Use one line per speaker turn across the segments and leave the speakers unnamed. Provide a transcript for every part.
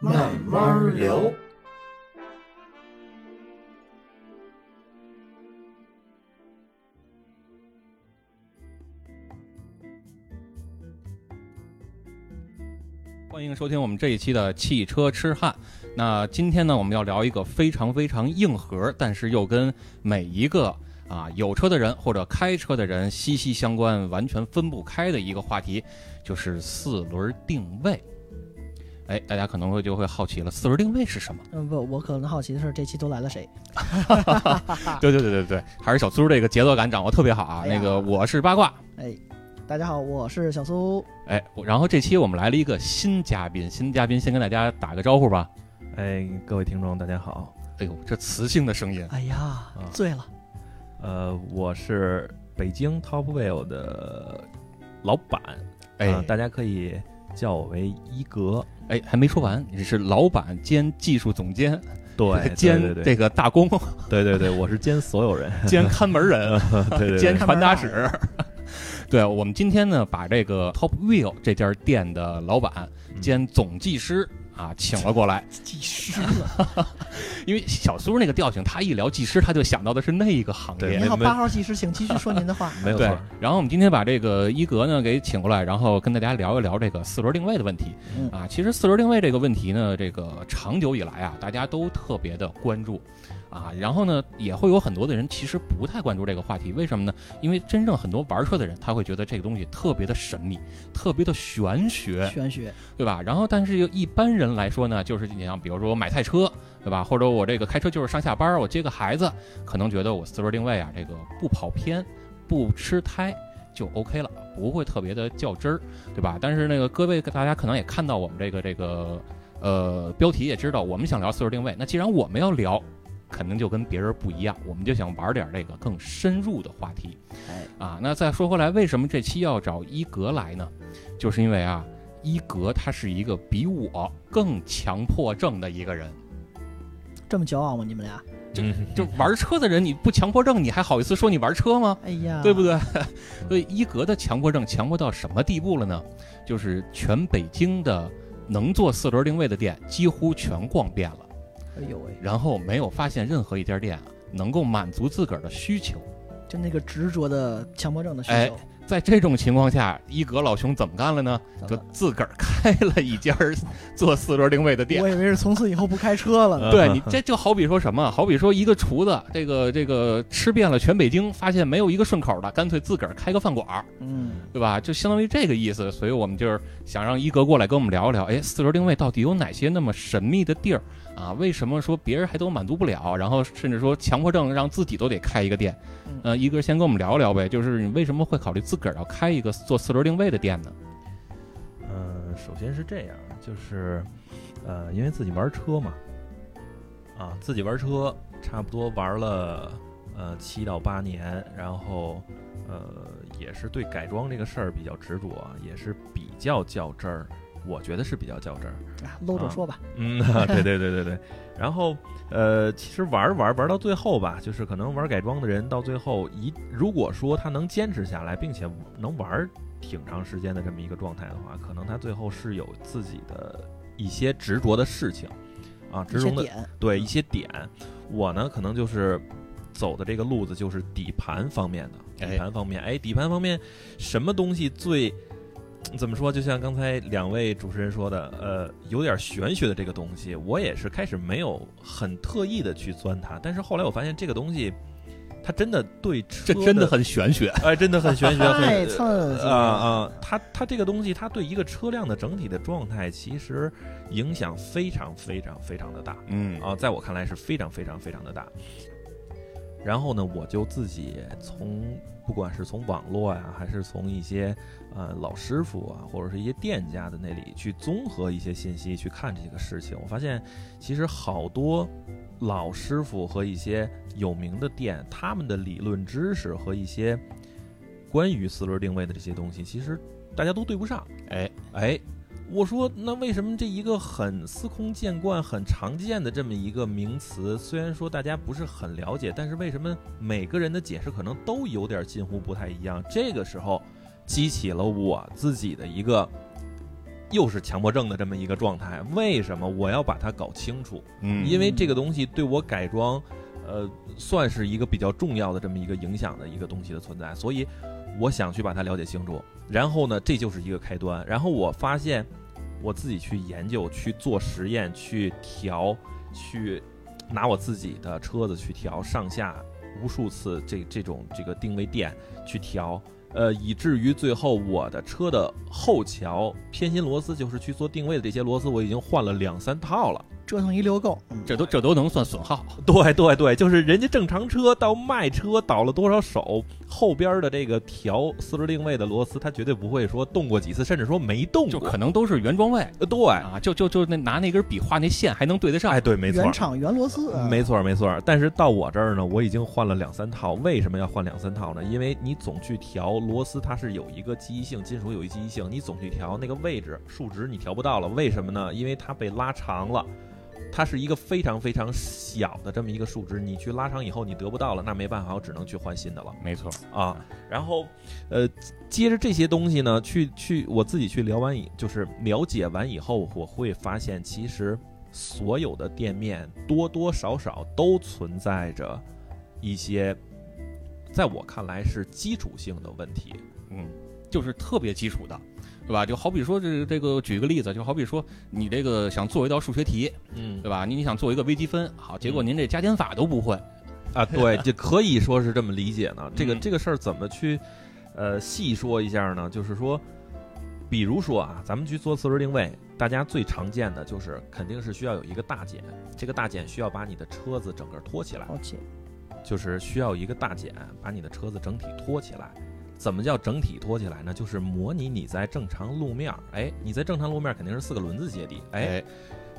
慢慢聊。
欢迎收听我们这一期的汽车痴汉。那今天呢，我们要聊一个非常非常硬核，但是又跟每一个啊有车的人或者开车的人息息相关、完全分不开的一个话题，就是四轮定位。哎，大家可能会就会好奇了，四轮定位是什么？
嗯，不，我可能好奇的是，这期都来了谁？
对对对对对，还是小苏这个节奏感掌握特别好啊。
哎呀
那个我是八卦，
哎，大家好，我是小苏。
哎，我然后这期我们来了一个新嘉宾，新嘉宾先跟大家打个招呼吧。
哎，各位听众，大家好，
哎呦，这磁性的声音，
哎呀，醉了！
呃，我是北京 Top Wheel 的老板，
哎，
啊大家可以叫我为一 格，
哎，还没说完，你是老板兼技术总监，
对，对
兼
对
这
对
个大工，
对对对，我是兼所有 人，
兼看门人，
对对
兼
对，
传达室。 对，我们今天呢，把这个 Top Wheel 这家店的老板
嗯
兼总技师啊，请了过来。
技师了，
因为小苏那个调性，他一聊技师，他就想到的是那一个行
对
业
您。好，
没
八号技师，请继续说您的话。
没有
对
错，，
然后我们今天把这个一格呢给请过来，然后跟大家聊一聊这个四轮定位的问题
嗯
啊。其实四轮定位这个问题呢，这个长久以来啊，大家都特别的关注啊。然后呢，也会有很多的人其实不太关注这个话题，为什么呢？因为真正很多玩车的人，他会觉得这个东西特别的神秘，特别的玄学。
玄学，
对吧？然后，但是又一般人来说呢，就是你像比如说我买菜车，对吧？或者我这个开车就是上下班，我接个孩子，可能觉得我四轮定位啊，这个不跑偏，不吃胎。就 OK 了，不会特别的较真儿，对吧？但是那个各位大家可能也看到我们这个这个呃标题也知道，我们想聊四轮定位。那既然我们要聊，肯定就跟别人不一样，我们就想玩点儿这个更深入的话题。哎，啊，那再说回来，为什么这期要找一格来呢？就是因为啊，一格他是一个比我更强迫症的一个人。
嗯这么骄傲吗？你们俩？
嗯，
就玩车的人，你不强迫症，你还好意思说你玩车吗？
哎呀，
对不？ 对？所以一格的强迫症强迫到什么地步了呢？就是全北京的能做四轮定位的店几乎全逛遍了，
哎呦喂，
然后没有发现任何一家店啊能够满足自个儿的需求。
就那个执着的强迫症的需
哎
求，
在这种情况下，一格老兄怎么干了呢？就
怎么
自个儿开了一家儿做四轮定位的店
我。以为是从此以后不开车 了呢。
对你这就好比说什么，好比说一个厨子，这个这个吃遍了全北京，发现没有一个顺口的，干脆自个儿开个饭馆儿，
嗯，
对吧？就相当于这个意思。所以我们就是想让一格过来跟我们聊一聊，哎，四轮定位到底有哪些那么神秘的地儿啊？为什么说别人还都满足不了，然后甚至说强迫症让自己都得开一个店？
嗯
呃，一格先跟我们聊聊呗，就是你为什么会考虑自个儿要开一个做四轮定位的店呢？
嗯，首先是这样，就是呃，因为自己玩车嘛，啊，自己玩车差不多玩了呃七到八年，然后呃也是对改装这个事儿比较执着，也是比较较真儿，我觉得是比较较真儿。
啊搂着说吧。
嗯，对对对对对。然后呃，其实玩儿玩儿玩儿到最后吧，就是可能玩儿改装的人到最后一，如果说他能坚持下来，并且能玩儿挺长时间的这么一个状态的话，可能他最后是有自己的一些执着的事情啊，
一
执
些
着的
点，
对
嗯
一些点。我呢，可能就是走的这个路子就是底盘方面的，
哎
底盘方面，哎，底盘方面什么东西最怎么说？就像刚才两位主持人说的，呃，有点玄学的这个东西，我也是开始没有很特意的去钻它，但是后来我发现这个东西，它真的对车
这真的很玄学。
哎，真的很玄 学，很
太刺激
啊
了。
啊！它它这个东西，它对一个车辆的整体的状态，其实影响非常非常非常的大。
嗯
啊，在我看来是非常非常非常的大。然后呢，我就自己从不管是从网络呀、还是从一些呃老师傅啊，或者是一些店家的那里去综合一些信息去看这个事情，我发现其实好多老师傅和一些有名的店，他们的理论知识和一些关于四轮定位的这些东西，其实大家都对不上。
哎
哎，我说那为什么这一个很司空见惯、很常见的这么一个名词，虽然说大家不是很了解，但是为什么每个人的解释可能都有点近乎不太一样？这个时候激起了我自己的一个。又是强迫症的这么一个状态，为什么我要把它搞清楚？
嗯
因为这个东西对我改装，呃，算是一个比较重要的这么一个影响的一个东西的存在，所以我想去把它了解清楚。然后呢，这就是一个开端。然后我发现我自己去研究、去做实验、去调、去拿我自己的车子去调上下无数次这这种这个定位垫去调。呃，以至于最后我的车的后桥偏心螺丝，就是去做定位的这些螺丝，我已经换了两三套了。
折腾一溜够，
这都这都能算损耗，
对对对，就是人家正常车到卖车倒了多少手，后边的这个调四轮定位的螺丝，它绝对不会说动过几次，甚至说没动
就
过
可。能都是原装位
呃对，
啊，就就就那拿那根笔画那线还能对得上，
哎，对，没错
原，厂原螺丝，啊
没错，没错。但是到我这儿呢，我已经换了两三套。为什么要换两三套呢？因为你总去调螺丝，它是有一个记忆性，金属有一记忆性，你总去调那个位置数值，你调不到了。为什么呢？因为它被拉长了。它是一个非常非常小的这么一个数值，你去拉长以后你得不到了，那没办法，我只能去换新的了。
没错，
啊，然后呃，接着这些东西呢，去去我自己去聊完以，就是了解完以后，我会发现其实所有的店面多多少少都存在着一些，在我看来是基础性的问题。
嗯，就是特别基础的，对吧？就好比说这这个举个例子，就好比说你这个想做一道数学题，
嗯
对吧？你你想做一个微积分，好，结果您这加减法都不会，
啊，对，就可以说是这么理解呢。这个
嗯
这个事儿怎么去呃细说一下呢？就是说，比如说啊，咱们去做四轮定位，大家最常见的就是肯定是需要有一个大减，这个大减需要把你的车子整个拖起来，
好解，
就是需要一个大减把你的车子整体拖起来。怎么叫整体拖起来呢？就是模拟你在正常路面儿，哎，你在正常路面儿肯定是四个轮子接地，哎，
哎，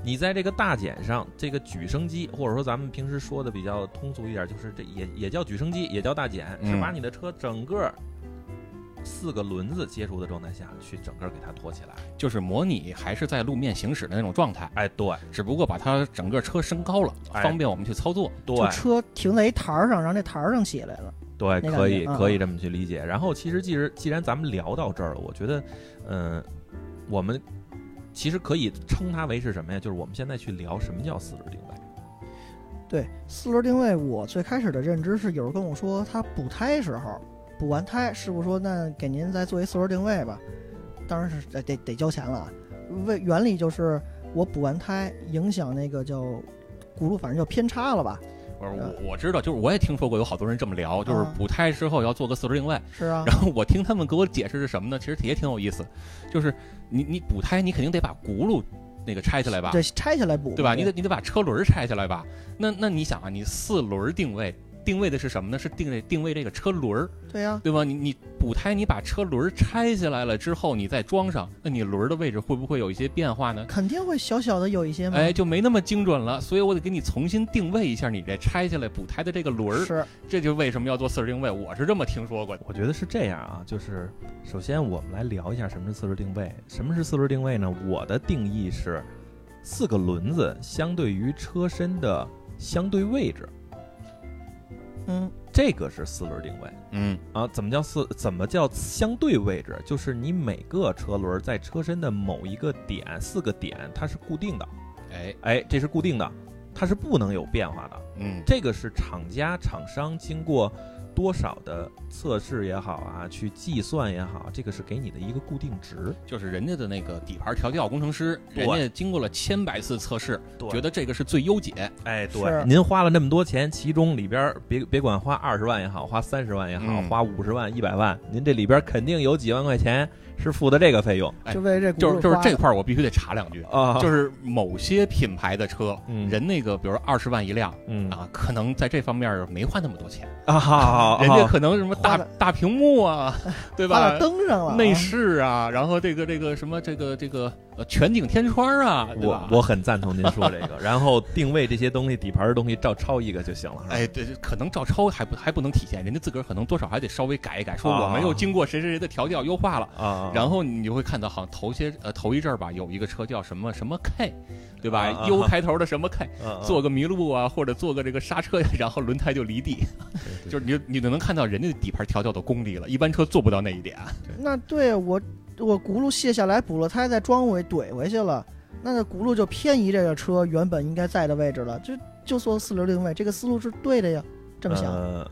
你在这个大减上，这个举升机，或者说咱们平时说的比较通俗一点，就是这也也叫举升机，也叫大减，
嗯
是把你的车整个四个轮子接触的状态下去整个给它拖起来。
就是模拟还是在路面行驶的那种状态，
哎，对
只不过把它整个车升高了，
哎
方便我们去操作。
对
就车停在一台儿上，让这台儿上起来了，
对，
那
可以
感觉
可以
嗯
这么去理解。然后其实既然既然咱们聊到这儿了，我觉得，嗯、我们其实可以称它为是什么呀？就是我们现在去聊什么叫四轮定位。
对，四轮定位，我最开始的认知是，有人跟我说他补胎时候补完胎，师傅说那给您再做一四轮定位吧，当然是得得得交钱了啊。为原理就是我补完胎影响那个叫轱辘，反正叫偏差了吧？
我说我我知道，就是我也听说过有好多人这么聊，就是
啊
补胎之后要做个四轮定位。
是啊，
然后我听他们给我解释是什么呢？其实也挺有意思，就是你你补胎，你肯定得把轱辘那个拆下来吧，
对，拆下来补，
对吧？你得你得把车轮拆下来吧。那那你想啊，你四轮定位定位的是什么呢？是定位定位这个车轮儿，
对啊呀、
对吧？你你补胎，你把车轮儿拆下来了之后，你再装上，那你轮儿的位置会不会有一些变化呢？
肯定会小小的有一些嘛。
哎，就没那么精准了，所以我得给你重新定位一下你这拆下来补胎的这个轮儿，
是
这就为什么要做四轮定位，我是这么听说过的。
我觉得是这样啊，就是首先我们来聊一下什么是四轮定位。什么是四轮定位呢？我的定义是四个轮子相对于车身的相对位置，
嗯，
这个是四轮定位
嗯，
啊。怎么叫四？怎么叫相对位置？就是你每个车轮在车身的某一个点，四个点它是固定的，
哎，
哎，这是固定的，它是不能有变化的。
嗯，
这个是厂家厂商经过多少的测试也好啊，去计算也好，这个是给你的一个固定值。
就是人家的那个底盘调教工程师，
对
人家经过了千百次测试，
对
觉得这个是最优解。
哎，
是
您花了那么多钱，其中里边儿别别管花二十万也好，花三十万也好，
嗯
花五十万、一百万，您这里边儿肯定有几万块钱是付的这个费用
哎
就为这轱辘
就是就是
花
这
的
块儿，我必须得查两句。
啊，
哦就是某些品牌的车，
嗯
人那个，比如二十万一辆
嗯
啊，可能在这方面儿没花那么多钱，
啊，好好
人家可能什么
花
大
的
大屏幕啊，对
把
吧
它？登上了啊，
内饰啊，然后这个这个什么这个这个呃全景天窗啊，对
我
吧？
我很赞同您说这个，然后定位这些东西，底盘的东西照抄一个就行了。
哎，对，可能照抄还不还不能体现，人家自个儿可能多少还得稍微改一改，说我们又经过谁谁谁的调教优化了。
啊，
然后你就会看到，好像头些呃头一阵儿吧，有一个车叫什么什么 K，对吧、
啊啊
u 开头的什么 K，、
嗯
做个麋鹿啊，或者做个这个刹车呀，然后轮胎就离地，
对
就是你就你就能看到人家的底盘调教的功力了，一般车做不到那一点。
那对我我轱辘卸下来补了胎，再装回怼回去了，那这轱辘就偏移这个车原本应该在的位置了，就就做四轮定位，这个思路是对的呀。这么想，
呃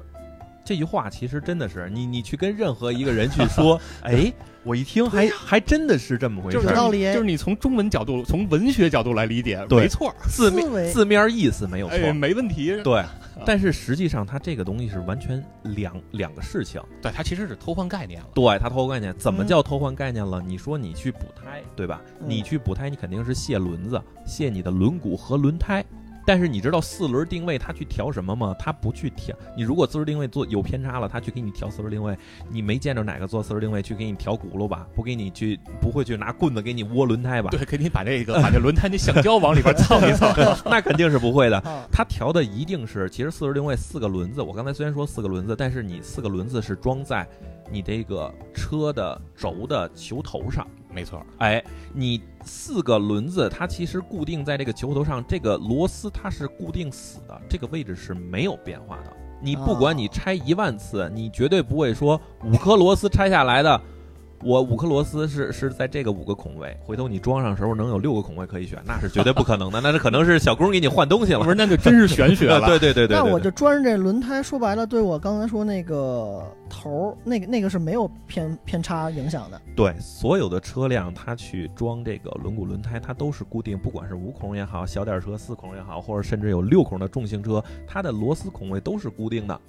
这句话其实真的是你，你去跟任何一个人去 说，哎，我一听还还真的是这么回
就是
事
有
儿，
道理
就是你从中文角度，从文学角度来理解，
对
没错儿，
字
思
面
维
字面意思没有错，
哎，没问题。
对。但是实际上，它这个东西是完全两两个事情。
对，它其实是偷换概念了。
对，它偷换概念，怎么
嗯
叫偷换概念了？你说你去补胎，对吧？你去补胎，你肯定是卸轮子，卸你的轮毂和轮胎。但是你知道四轮定位它去调什么吗？它不去调。你如果四轮定位做有偏差了，它去给你调四轮定位，你没见着哪个做四轮定位去给你调轱辘吧？不给你去，不会去拿棍子给你窝轮胎吧？
对，给你把这个把这轮胎那橡胶往里 边蹭一蹭。
那肯定是不会的。
啊，
它调的一定是，其实四轮定位四个轮子，我刚才虽然说四个轮子，但是你四个轮子是装在你这个车的轴的球头上。
没错，
哎，你四个轮子它其实固定在这个球头上，这个螺丝它是固定死的，这个位置是没有变化的。你不管你拆一万次，你绝对不会说五颗螺丝拆下来的，我五颗螺丝是是在这个五个孔位，回头你装上时候能有六个孔位可以选，那是绝对不可能的。那这可能是小工给你换东西了
不。是，那就真是玄学了。
对对对对对
那我
对
就专着这轮胎，说白了，对我刚才说那个头儿，那个那个是没有偏偏差影响的。
对所有的车辆，它去装这个轮毂轮胎，它都是固定，不管是五孔也好，小点儿车四孔也好，或者甚至有六孔的重型车，它的螺丝孔位都是固定的。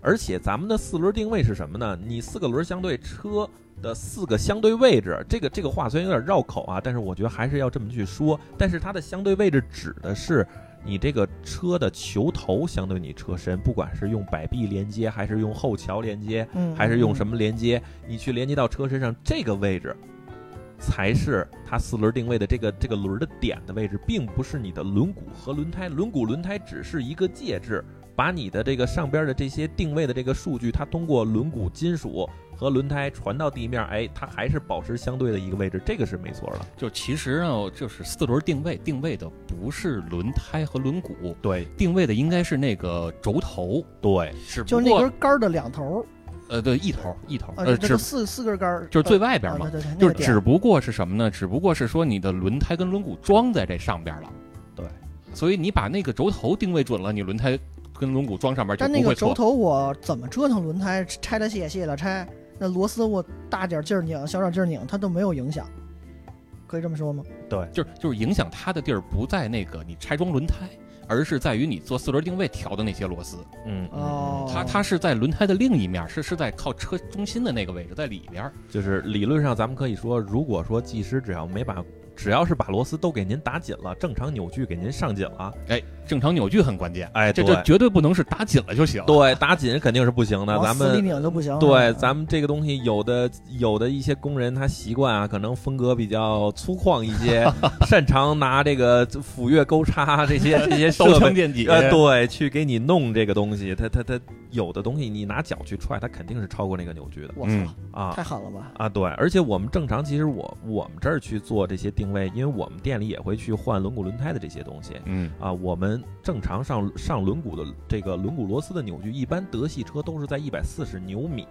而且咱们的四轮定位是什么呢？你四个轮相对车的四个相对位置，这个这个话虽然有点绕口啊，但是我觉得还是要这么去说。但是它的相对位置指的是你这个车的球头相对你车身，不管是用摆臂连接还是用后桥连接，
嗯，
还是用什
么？
么连接，你去连接到车身上这个位置，才是它四轮定位的这个这个轮儿的点的位置，并不是你的轮毂和轮胎。轮毂轮胎只是一个介质，把你的这个上边的这些定位的这个数据，它通过轮毂金属和轮胎传到地面，哎，它还是保持相对的一个位置，这个是没错的。
就其实呢，就是四轮定位定位的不是轮胎和轮毂，
对
定位的应该是那个轴头，
对，
只不
就
过
是那根杆儿的两头
呃对一头一头
儿，啊，
呃
这
只
个四四根杆儿，
就是最
呃
外边嘛
啊，对对对
就
那个点
只不过是什么呢？只不过是说你的轮胎跟轮毂装在这上边了，
对，
所以你把那个轴头定位准了，你轮胎跟轮毂装上边就
但那
不
个
会
轴
错。
头我怎么折腾轮胎，拆了卸，卸了拆，那螺丝我大点劲儿拧，小点劲儿拧，它都没有影响，可以这么说吗？
就是就是影响它的地儿不在那个你拆装轮胎，而是在于你做四轮定位调的那些螺丝，
嗯，
哦，
它它是在轮胎的另一面，是是在靠车中心的那个位置，在里边儿。
就是理论上咱们可以说，如果说技师只要没把。只要是把螺丝都给您打紧了，正常扭矩给您上紧了，
哎，正常扭矩很关键，
哎，
这
对
这绝对不能是打紧了就行。
对，打紧肯定是不行的。
往
咱
死里
们
拧啊就不行。哎
对咱们这个东西，有的有的一些工人他习惯啊，可能风格比较粗犷一 些，擅长拿这个斧钺钩叉啊这些这 些
刀
设
枪
备。
剑戟，嗯
呃，对，去给你弄这个东西，他他他有的东西你拿脚去踹，它肯定是超过那个扭矩的
我
嗯
操，
啊
太狠了吧！
啊！对，而且我们正常，其实我我们这儿去做这些定位，因为我们店里也会去换轮毂轮胎的这些东西，
嗯，
啊，我们正常上上轮毂的这个轮毂螺丝的扭矩，一般德系车都是在一百四十牛米，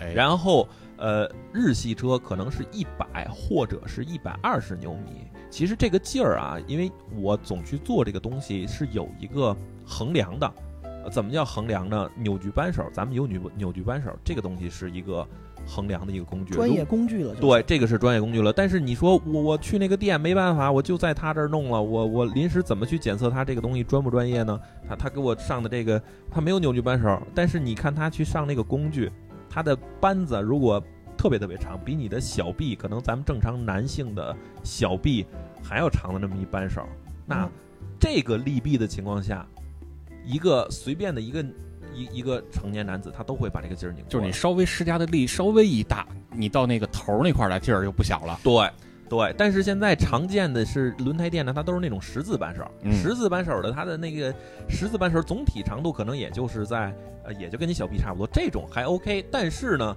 哎
然后呃日系车可能是一百或者是一百二十牛米。其实这个劲儿啊，因为我总去做这个东西是有一个衡量的，呃怎么叫衡量呢？扭矩扳手，咱们有扭扭矩扳手，这个东西是一个衡量的一个工具。
专
如
业工具了，就是
对，这个是专业工具了。但是你说我我去那个店没办法，我就在他这儿弄了，我我临时怎么去检测他这个东西专不专业呢？他他给我上的这个，他没有扭矩扳手，但是你看他去上那个工具，他的扳子如果特别特别长，比你的小臂可能咱们正常男性的小臂还要长的那么一扳手。那、
嗯
这个利弊的情况下，一个随便的一个一一个成年男子，他都会把这个劲儿拧过来。
就是你稍微施加的力稍微一大，你到那个头儿那块儿来劲儿就不小了。
对对，但是现在常见的是轮胎店呢，它都是那种十字扳手，
嗯
十字扳手的它的那个十字扳手总体长度可能也就是在呃，也就跟你小臂差不多，这种还 OK。但是呢，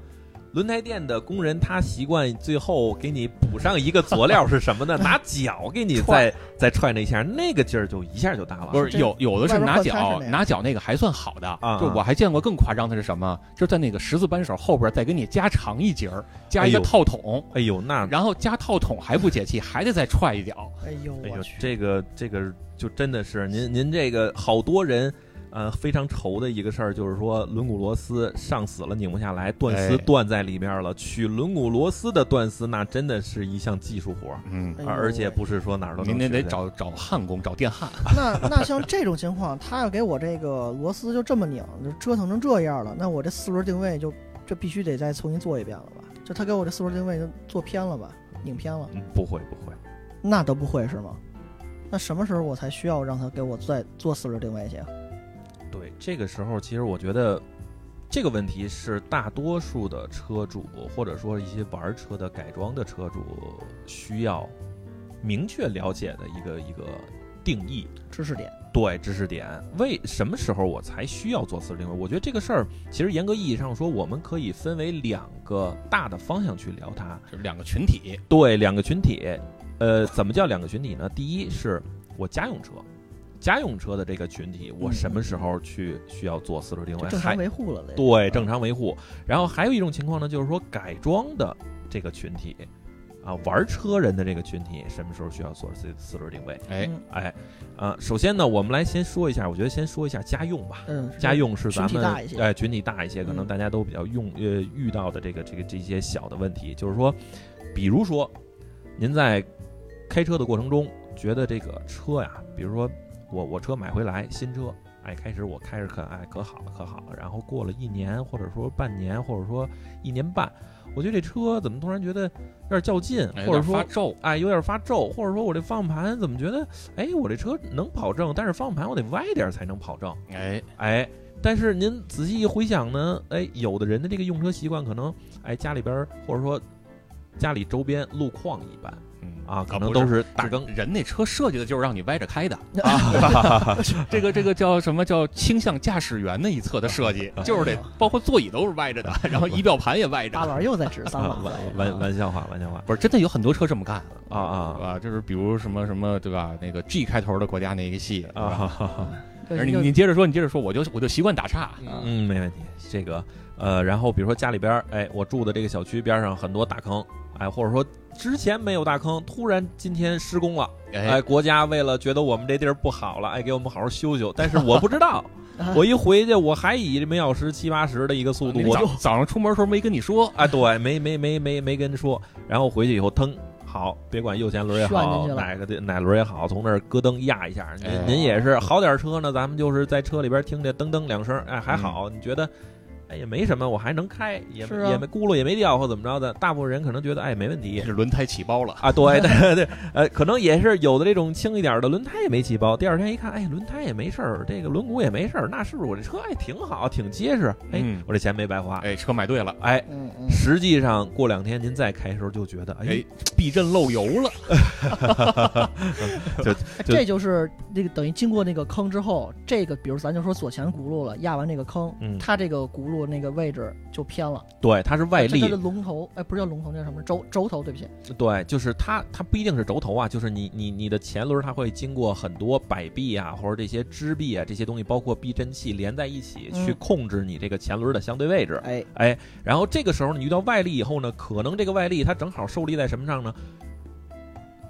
轮胎店的工人他习惯最后给你补上一个佐料是什么呢？拿脚给你
踹
再再踹那一下，那个劲儿就一下就大了。
不是
这
有有的是拿
外边换
脚
开是那样
拿脚那个还算好的
啊，
就我还见过更夸张的是什么？就是在那个十字扳手后边再给你加长一截儿，加一
哎
个
呦
套筒，
哎呦，那
然后加套筒还不解气，还得再踹一脚。
哎呦
哎
我
呦
去，，
这个这个就真的是您您这个好多人。呃，非常愁的一个事儿就是说，轮毂螺丝上死了，拧不下来，断丝
哎
断在里面了。取轮毂螺丝的断丝，那真的是一项技术活儿，
嗯，
哎呦
而而且
喂
不是说哪儿都能
您得
学
得
的
找找焊工，找电焊。
那那像这种情况，他要给我这个螺丝就这么拧，就折腾成这样了，那我这四轮定位就这必须得再重新做一遍了吧？就他给我这四轮定位就做偏了吧，拧偏了，
嗯不会不会，
那都不会是吗？那什么时候我才需要让他给我再做四轮定位去啊？
对，这个时候其实我觉得这个问题是大多数的车主或者说一些玩车的改装的车主需要明确了解的一个一个定义。
知识点，
对知识点，为什么时候我才需要做四零位？我觉得这个事儿其实严格意义上说，我们可以分为两个大的方向去聊它。
就是两个群体，
对，两个群体，呃，怎么叫两个群体呢？第一是我家用车，家用车的这个群体，我
嗯
什么时候去需要做四轮定
就
位？
正
还
常维护了得。
对，正常维护。然后还有一种情况呢，就是说改装的这个群体，啊，玩车人的这个群体，什么时候需要做四四轮定位？
哎，
嗯
哎，呃，首先呢，我们来先说一下，我觉得先说一下家用吧。
嗯，是
家用是
群
咱
体
们
大一些
哎群体大一些，可能
嗯
大家都比较用呃遇到的这个这个这些小的问题，就是说，比如说您在开车的过程中，觉得这个车呀，比如说我我车买回来新车，哎，开始我开着可哎可好了可好了，然后过了一年或者说半年或者说一年半，我觉得这车怎么突然觉得有点较劲，
哎
嗯
有
或者
点
说
发皱，
哎，有点发皱，或者说我这方向盘怎么觉得，哎，我这车能跑正，但是方向盘我得歪点儿才能跑正，
哎，
哎，但是您仔细一回想呢，哎，有的人的这个用车习惯可能，哎，家里边儿或者说家里周边路况一般
嗯
啊，可
不是
能都是啊大
是
灯
人那车设计的就是让你歪着开 的，
啊，
这个这个叫什么叫倾向驾驶员那一侧的设 计，就是得
啊
包括座椅都是歪着的，然后仪表盘也歪
大
着。
碗又在指桑 骂槐
玩玩玩笑话，玩笑话
不是真的有很多车这么干
啊
对
啊
吧？就是比如什么什么对吧？那个 G 开头的国家那个系
啊，啊，
对
是吧你
又
你接着说，你接着说，我就我就习惯打岔。
嗯，没问题。这个呃，然后比如说家里边儿，哎，我住的这个小区边上很多大坑，哎，或者说之前没有大坑，突然今天施工了。哎，
哎，
国家为了觉得我们这地儿不好了，哎，给我们好好修修。但是我不 知道
啊，
我一回去我还以每小时七八十的一个速度，
那
我
早早上出门的时候没跟你说，
啊，对，没没没没没跟说。然后回去以后，腾好，别管右前轮也
旋进
好，
去了
哪个地哪轮也好，从那儿咯噔压一下。您、
哎
您也是好点车呢，咱们就是在车里边听见噔噔两声，哎，还好，你觉得。哎，也没什么，我还能开，也
嗯
没、
是啊啊
也没轱辘也没掉或怎么着的。大部分人可能觉得，哎，没问题，
是轮胎起包了。
啊，对对 对，呃，可能也是有的这种轻一点的轮胎也没起包，第二天一看，哎，轮胎也没事儿，这个轮毂也没事儿，那是不是我这车哎挺好，挺结实？哎，
嗯
我这钱没白花。
哎，车买对了，
哎，
嗯嗯，
实际上过两天您再开的时候就觉得，哎
哎，避震漏油了。
哎
就
这就是那个等于经过那个坑之后，这个比如咱就说左前轱辘了，压完这个坑，
嗯
它这个轱辘那个位置就偏了，
对，它是外
这它
力
的，龙头，哎，不是叫龙头，那叫什么轴轴头？对不起，
对，就是它，它不一定是轴头啊，就是你你你的前轮，它会经过很多摆臂啊，或者这些支臂啊，这些东西，包括避震器连在一起去
嗯
控制你这个前轮的相对位置。
哎，
哎，然后这个时候你遇到外力以后呢，可能这个外力它正好受力在什么上呢？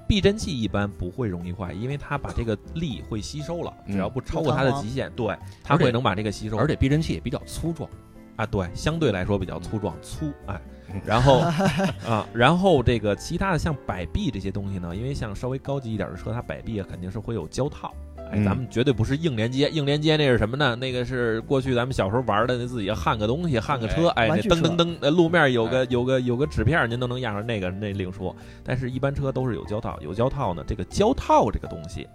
避震器一般不会容易坏，因为它把这个力会吸收了，
嗯
只要不超过它的极限，对，它
而且
会能把这个吸收。
而且避震器也比较粗壮，
啊，对，相对来说比较粗壮粗，哎，
嗯
然 后啊，然后这个啊其他的像摆臂这些东西呢，因为像稍微高级一点的车，它摆臂肯定是会有胶套，哎，
嗯
咱们绝对不是硬连接，硬连接那是什么呢？那个是过去咱们小时候玩的，那自己焊个东西，焊个车，哎，
玩
那
具
噔
车哎
噔噔，呃路面有个有个有个纸片儿，您都能压上那个那另说。但是，一般车都是有胶套，有胶套呢，这个胶套这个东西，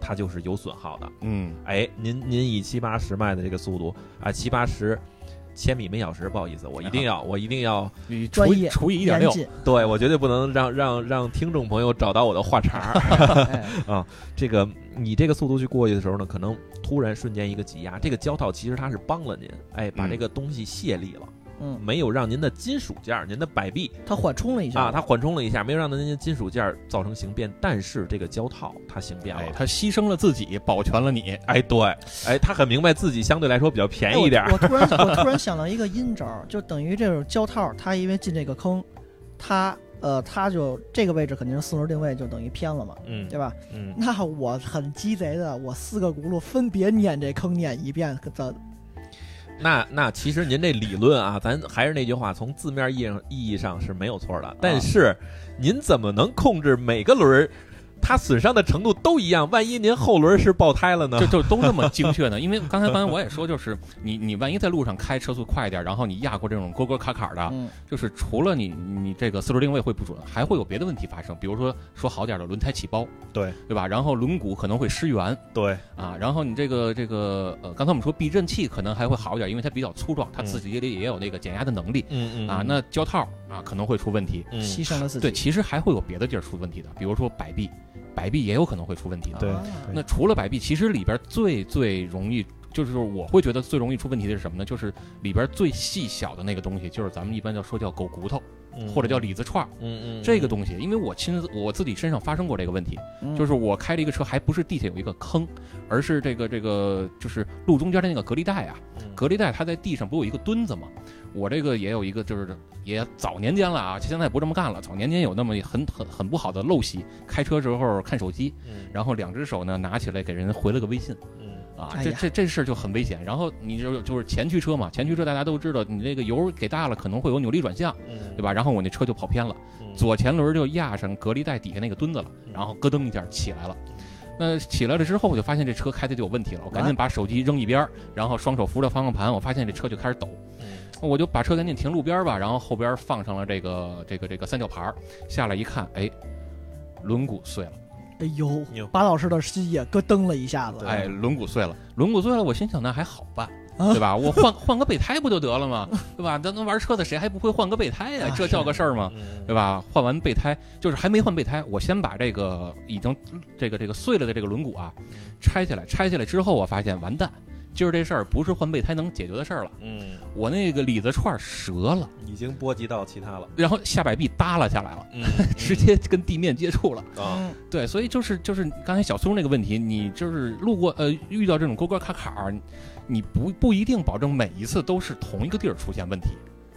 它就是有损耗的。
嗯，
哎，您您以七八十迈的这个速度啊，七八十千米每小时，不好意思，我一定要我一定要，
你除
专
以
业
除以一点
哎严
六，
谨，
对我绝对不能让让让听众朋友找到我的话茬儿。 啊
哎，
这个你这个速度去过去的时候呢，可能突然瞬间一个挤压，这个胶套其实它是帮了您，哎，把
嗯
这个东西卸力了，
嗯，
没有让您的金属件儿、您的摆臂
它缓冲了一下
啊，它缓冲了一下，没有让您的金属件儿造成形变，但是这个胶套它形变
哎，
了。
他牺牲了自己，保全了 你。
哎，对，哎，他很明白自己相对来说比较便
哎
宜
我
一点儿，
我突然我突然想到一个阴招儿，就等于这种胶套儿，它因为进这个坑，它呃它就这个位置肯定是四轮定位，就等于偏了嘛，
嗯
对吧？
嗯，
那我很鸡贼的，我四个轱辘分别撵这坑撵一遍，可咱
那那其实您这理论啊，咱还是那句话，从字面意义上意义上是没有错
啊
的。但是您怎么能控制每个轮儿它损伤的程度都一样？万一您后轮是爆胎了呢
就？就都那么精确呢？因为刚才刚才我也说，就是你你万一在路上开车速快一点，然后你压过这种沟沟坎坎
啊
的，
嗯
就是除了你你这个四轮定位会不准，还会有别的问题发生，比如说说好点儿的轮胎起包，
对
对吧？然后轮毂可能会失圆
对，
啊，然后你这个这个呃，刚才我们说避震器可能还会好一点，因为它比较粗壮，它自己也也有那个减压的能力
嗯嗯
啊。那胶套啊可能会出问题，
嗯
牺牲了自己。
对，其实还会有别的地儿出问题的，比如说摆臂，摆臂也有可能会出问题的。
对
啊
那除了摆臂，其实里边最最容易，就是我会觉得最容易出问题的是什么呢？就是里边最细小的那个东西，就是咱们一般叫说叫狗骨头或者叫李子串儿
嗯嗯
这个东西，因为我亲自我自己身上发生过这个问题，
嗯
就是我开了一个车，还不是地铁有一个坑，而是这个这个就是路中间的那个隔离带啊，
嗯
隔离带它在地上不有一个墩子吗？我这个也有一个，就是也早年间了啊，现在不这么干了。早年间有那么很很很不好的陋习，开车时候看手机，
嗯
然后两只手呢拿起来给人回了个微信啊，
哎
这
呀
这这事儿就很危险。然后你就就是前驱车嘛，前驱车大家都知道，你这个油给大了可能会有扭力转向，嗯
嗯
对吧？然后我那车就跑偏了，左前轮就压上隔离带底下那个墩子了，然后咯噔一下起来了。那起来了之后，我就发现这车开的就有问题了，我赶紧把手机扔一边儿，然后双手扶着方向盘，我发现这车就开始抖。
嗯
我就把车赶紧停路边儿吧，然后后边儿放上了这个这个这个三角牌儿，下来一看，哎，轮毂碎了。
哎呦
牛，
把老师的心也咯噔了一下子。
哎，轮毂碎了，啊轮毂碎了，我心想那还好办，对吧？我换换个备胎不就得了吗？对吧？咱能玩车的谁还不会换个备胎呀、
啊
这叫个事儿吗？
嗯
对吧？换完备胎就是还没换备胎，我先把这个已经这个这个碎了的这个轮毂啊拆下来，拆下来之后我发现完蛋，今儿这事儿不是换备胎能解决的事儿了，
嗯，
我那个里子串儿折了，
已经波及到其他了，
然后下摆臂耷拉下来了，
嗯
直接跟地面接触了。
嗯
啊，
对，所以就是就是刚才小松那个问题，你就是路过呃遇到这种沟沟坎坎儿，你不不一定保证每一次都是同一个地儿出现问题，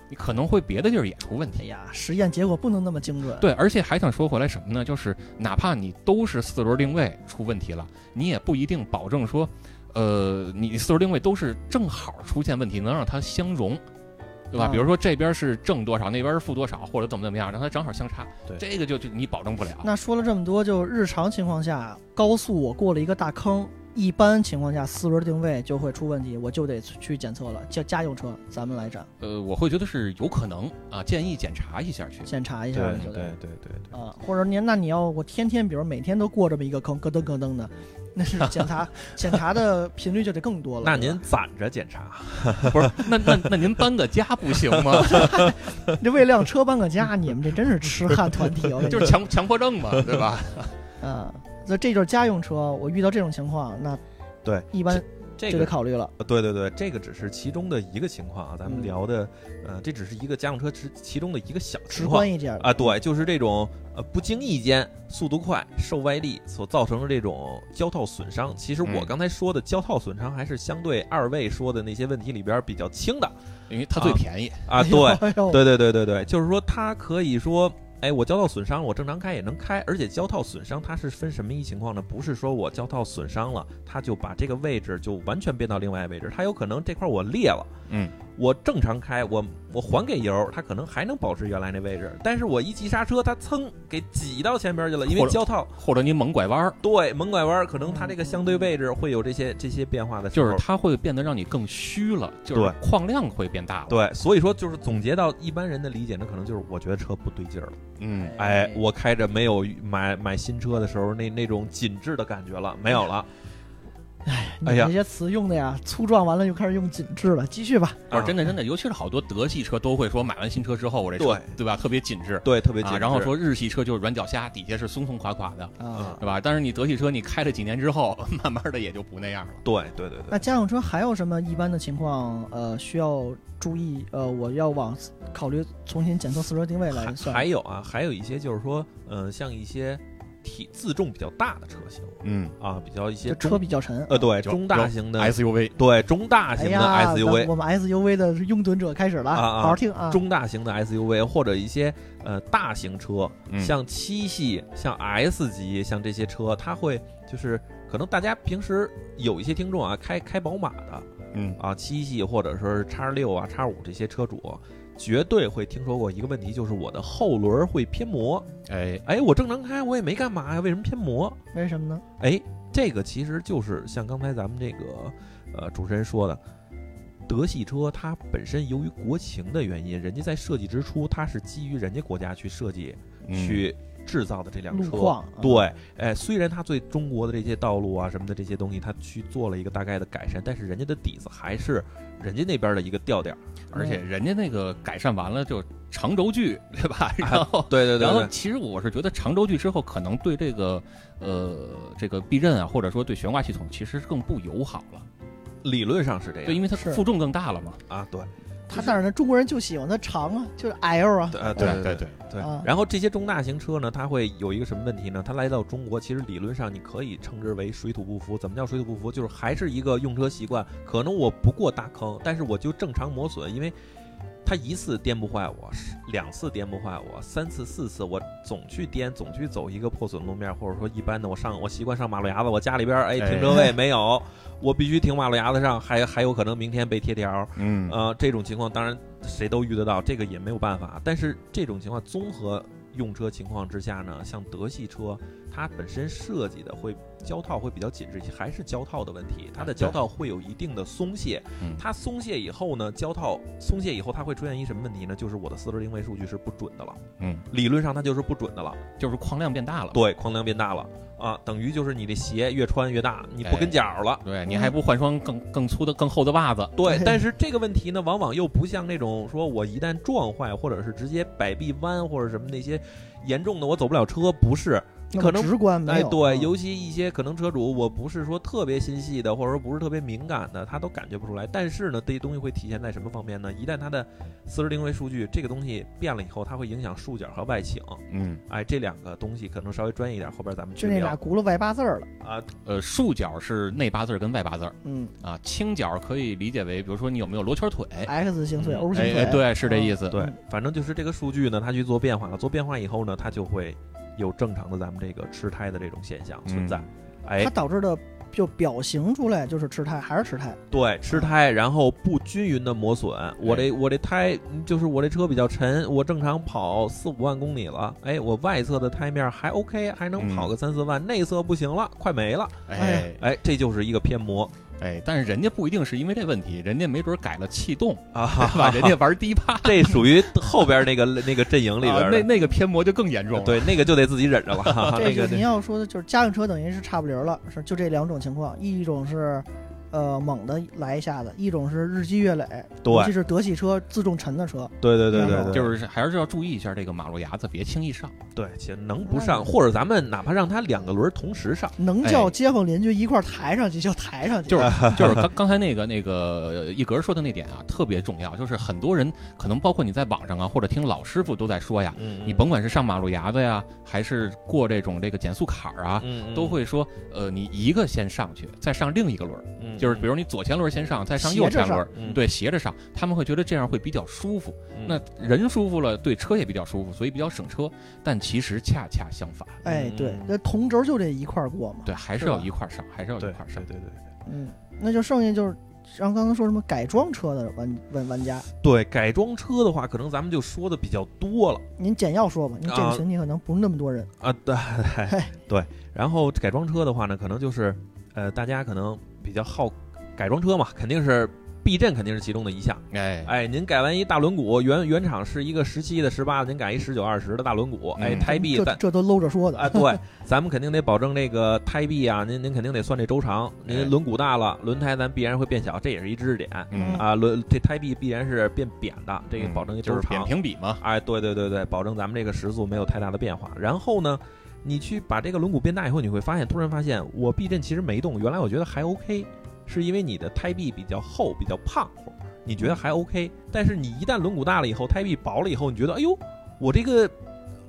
你可能会别的地儿也出问
哎
题。
呀，实验结果不能那么精准。
对，而且还想说回来什么呢？就是哪怕你都是四轮定位出问题了，你也不一定保证说，呃，你四轮定位都是正好出现问题，能让它相容，对吧？
啊
比如说这边是正多少，那边是负多少，或者怎么怎么样，让它正好相差，
对
这个就就你保证不了。
那说了这么多，就日常情况下，高速我过了一个大坑，一般情况下四轮定位就会出问题，我就得去检测了。家家用车咱们来展
呃，我会觉得是有可能啊，建议检查一下去。
检查一
对
下，
嗯对
就
对
得
对对，
啊，或者您那你要我天天，比如每天都过这么一个坑，咯噔咯噔的，那是检 查检查的频率就得更多了。
那
对
您
吧
攒着检查，
不是，那那那您搬个家不行吗？
这为辆车搬个家，你们这真是痴汉团体，我跟你
就是强强迫症嘛，对吧？
说啊，那这就是家用车，我遇到这种情况，那
对
一般
这
就得考虑了。
对对对，这个只是其中的一个情况啊，咱
嗯
们聊的，呃，这只是一个家用车之其中的一个小
直
情况
观一点
啊，对，就是这种呃不经意间速度快、受外力所造成的这种胶套损伤。其实我
嗯
刚才说的胶套损伤还是相对二位说的那些问题里边儿比较轻的
因为它最便宜，
啊，对，
哎呦，
对对对对对，就是说它可以说，哎，我胶套损伤了，我正常开也能开，而且胶套损伤它是分什么一情况呢？不是说我胶套损伤了，它就把这个位置就完全变到另外一个位置，它有可能这块我裂了，
嗯，
我正常开，我我还给油，它可能还能保持原来那位置，但是我一急刹车，它噌给挤到前边去了，因
或
为
者
胶套
或者你猛拐弯儿，
对猛拐弯，可能它这个相对位置会有这些这些变化的时
就
候，
是它会变得让你更虚了，就是
对
矿量会变大了。，
对，所以说就是总结到一般人的理解，那可能就是我觉得车不对劲儿了。
嗯，
哎，我开着没有买买新车的时候那那种紧致的感觉了，没有了。
你
哎呀
这些词用的呀，粗壮完了又开始用紧致了，继续吧。
不是真的真的，尤其是好多德系车都会说买完新车之后，我这车
对
对吧，特别紧致。
对，特别紧
啊，
致。
然后说日系车就是软脚虾，底下是松松垮垮的，
啊，
对吧？但是你德系车，你开了几年之后， 慢慢的也就不那样了。
对对对
那
对，
家用车还有什么一般的情况呃需要注意？呃，我要往考虑重新检测四轮定位来
还
算。
还有啊，还有一些就是说，嗯、像一些体自重比较大的车型
嗯
啊，比较一些
就
中
车比较沉，
呃对
就
中大型的
，SUV
对中大
哎
型的
呀，咱
SUV，、
我们 SUV 的拥趸者开始了，
啊啊
好好听啊。
中大型的 SUV 或者一些呃大型车，
嗯
像七系、像 S 级、像这些车，它会就是可能大家平时有一些听众啊，开开宝马的，
嗯
啊，七系或者说是叉六啊、叉五这些车主，绝对会听说过一个问题，就是我的后轮会偏磨。
哎，
哎，我正常开，我也没干嘛呀，为什么偏磨？
为什么呢？
哎，这个其实就是像刚才咱们这个呃主持人说的，德系车它本身由于国情的原因，人家在设计之初，它是基于人家国家去设计、
嗯
去制造的这辆
路
车。
况啊
对，哎，虽然它对中国的这些道路啊什么的这些东西，它去做了一个大概的改善，但是人家的底子还是人家那边的一个调调儿。
而且人家那个改善完了就长轴距，对吧？然后
对啊对
然后，其实我是觉得长轴距之后，可能对这个，呃，这个避震啊，或者说对悬挂系统，其实更不友好了。
理论上是这
对，因
样
为它
是
负重更大了嘛。
啊，对，
他但是呢，中国人就喜欢它长啊，就是 L 啊，
呃，对
对，
对
啊，
然后这些中大型车呢，它会有一个什么问题呢？它来到中国，其实理论上你可以称之为水土不服。怎么叫水土不服？就是还是一个用车习惯，可能我不过大坑，但是我就正常磨损，因为它一次颠不坏我，是两次颠不坏我，三次四次我总去颠，总去走一个破损路面，或者说一般的我上我习惯上马路牙子，我家里边哎
哎
停车位没有，我必须停马路牙子上，还还有可能明天被贴条。
嗯
呃，这种情况当然谁都遇得到，这个也没有办法。但是这种情况综合用车情况之下呢，像德系车，它本身设计的会胶套会比较紧致，还是胶套的问题，它的胶套会有一定的松懈
啊嗯。
它松懈以后呢，胶套松懈以后，它会出现一什么问题呢？就是我的四轮定位数据是不准的了，
嗯，
理论上它就是不准的了。
就是矿量变大了。
对，框量变大了啊，等于就是你的鞋越穿越大，你不
哎
跟脚了。
对，你还不换双更更粗的、更厚的袜子？
对
对，
但是这个问题呢，往往又不像那种说我一旦撞坏，或者是直接摆臂弯或者什么那些严重的，我走不了车，不是。
那么
可能
直观没
哎，
有。
对，
嗯
尤其一些可能车主，我不是说特别心细的，或者说不是特别敏感的，他都感觉不出来。但是呢，这些东西会体现在什么方面呢？一旦他的四轮定位数据这个东西变了以后，它会影响束角和外倾。
嗯，
哎，这两个东西可能稍微专业一点，后边咱们去
就那俩
聊
轱辘外八字儿了。
啊。
呃，束角是内八字儿跟外八字儿
嗯
啊，倾角可以理解为，比如说你有没有罗圈腿？
，X 型腿、
嗯
O 型
哎
腿，
哎，对，是这意
思。
思。
对
嗯，
反正就是这个数据呢，它去做变化了，做变化以后呢，它就会有正常的咱们这个吃胎的这种现象存在。哎
它，导致的就表型出来就是痴态，还是痴态。
对，吃胎，然后不均匀的磨损，我这我这胎嗯就是我这车比较沉，我正常跑四五万公里了，哎，我外侧的胎面还 OK，还能跑个三四万，内侧不行了，快没了，
哎
哎，这就是一个偏磨
哎，但是人家不一定是因为这问题，人家没准改了气动，
啊，
对吧？人家玩低趴，
这属于后边那个那个阵营里
啊
边
那
的，
那个偏磨就更严重了。
对，那个就得自己忍着了，哈哈
这
啊那个
是您要说的就是家用车等于是差不离儿了，是就这两种情况，一种是。呃，猛的来一下子，一种是日积月累，
对
尤其是德系车自重沉的车，
对对对对对，
就是还是要注意一下这个马路牙子，别轻易 上。
对，且能不
那
上，
你
或者咱们哪怕让他两个轮儿同时上，
能叫街坊邻居一块儿抬上去就抬上去，
就是就是刚刚才那个那个呃一格说的那点啊，特别重要。就是很多人可能包括你在网上啊，或者听老师傅都在说呀，
嗯
你甭管是上马路牙子呀，还是过这种这个减速坎儿啊。
嗯
都，会说，呃，你一个先上去，再上另一个轮儿，
嗯
就是比，如你左前轮先上，再上右前轮儿，
嗯，
对，斜着上，他们会觉得这样会比较舒服。
嗯
那人舒服了，对车也比较舒服，所以比较省车。但其实恰恰相反，
哎，对
嗯，
那同轴就这一块儿过嘛，
对，还是
是吧
要一块儿上，还是要一
对
块儿上。
对对对，
嗯，那就剩下就是然后刚才说什么改装车的玩玩玩家，
对改装车的话，可能咱们就说的比较多了
您简要说吧，您这个
啊
群体可能不是那么多人。
啊。对
嘿
对，然后改装车的话呢，可能就是呃，大家可能比较好改装车嘛，肯定是避震肯定是其中的一项。
哎，
哎，您改完一大轮毂，原原厂是一个十七的、十八的，您改一十九、二十的大轮毂，哎，
嗯
胎壁
这
咱
这都搂着说的
啊，对，咱们肯定得保证这个胎壁啊，您您肯定得算这周长，
哎
您轮毂大了，轮胎咱必然会变小，这也是一知识点
嗯，
啊，轮这胎壁必然是变扁的，这个保证一
就
周
是扁
长，
平比嘛，
哎，对对对对，保证咱们这个时速没有太大的变化。然后呢，你去把这个轮毂变大以后，你会发现，突然发现我避震其实没动，原来我觉得还 OK，是因为你的胎壁比较厚，比较胖乎，你觉得还 OK。但是你一旦轮毂大了以后，胎壁薄了以后，你觉得，哎呦，我这个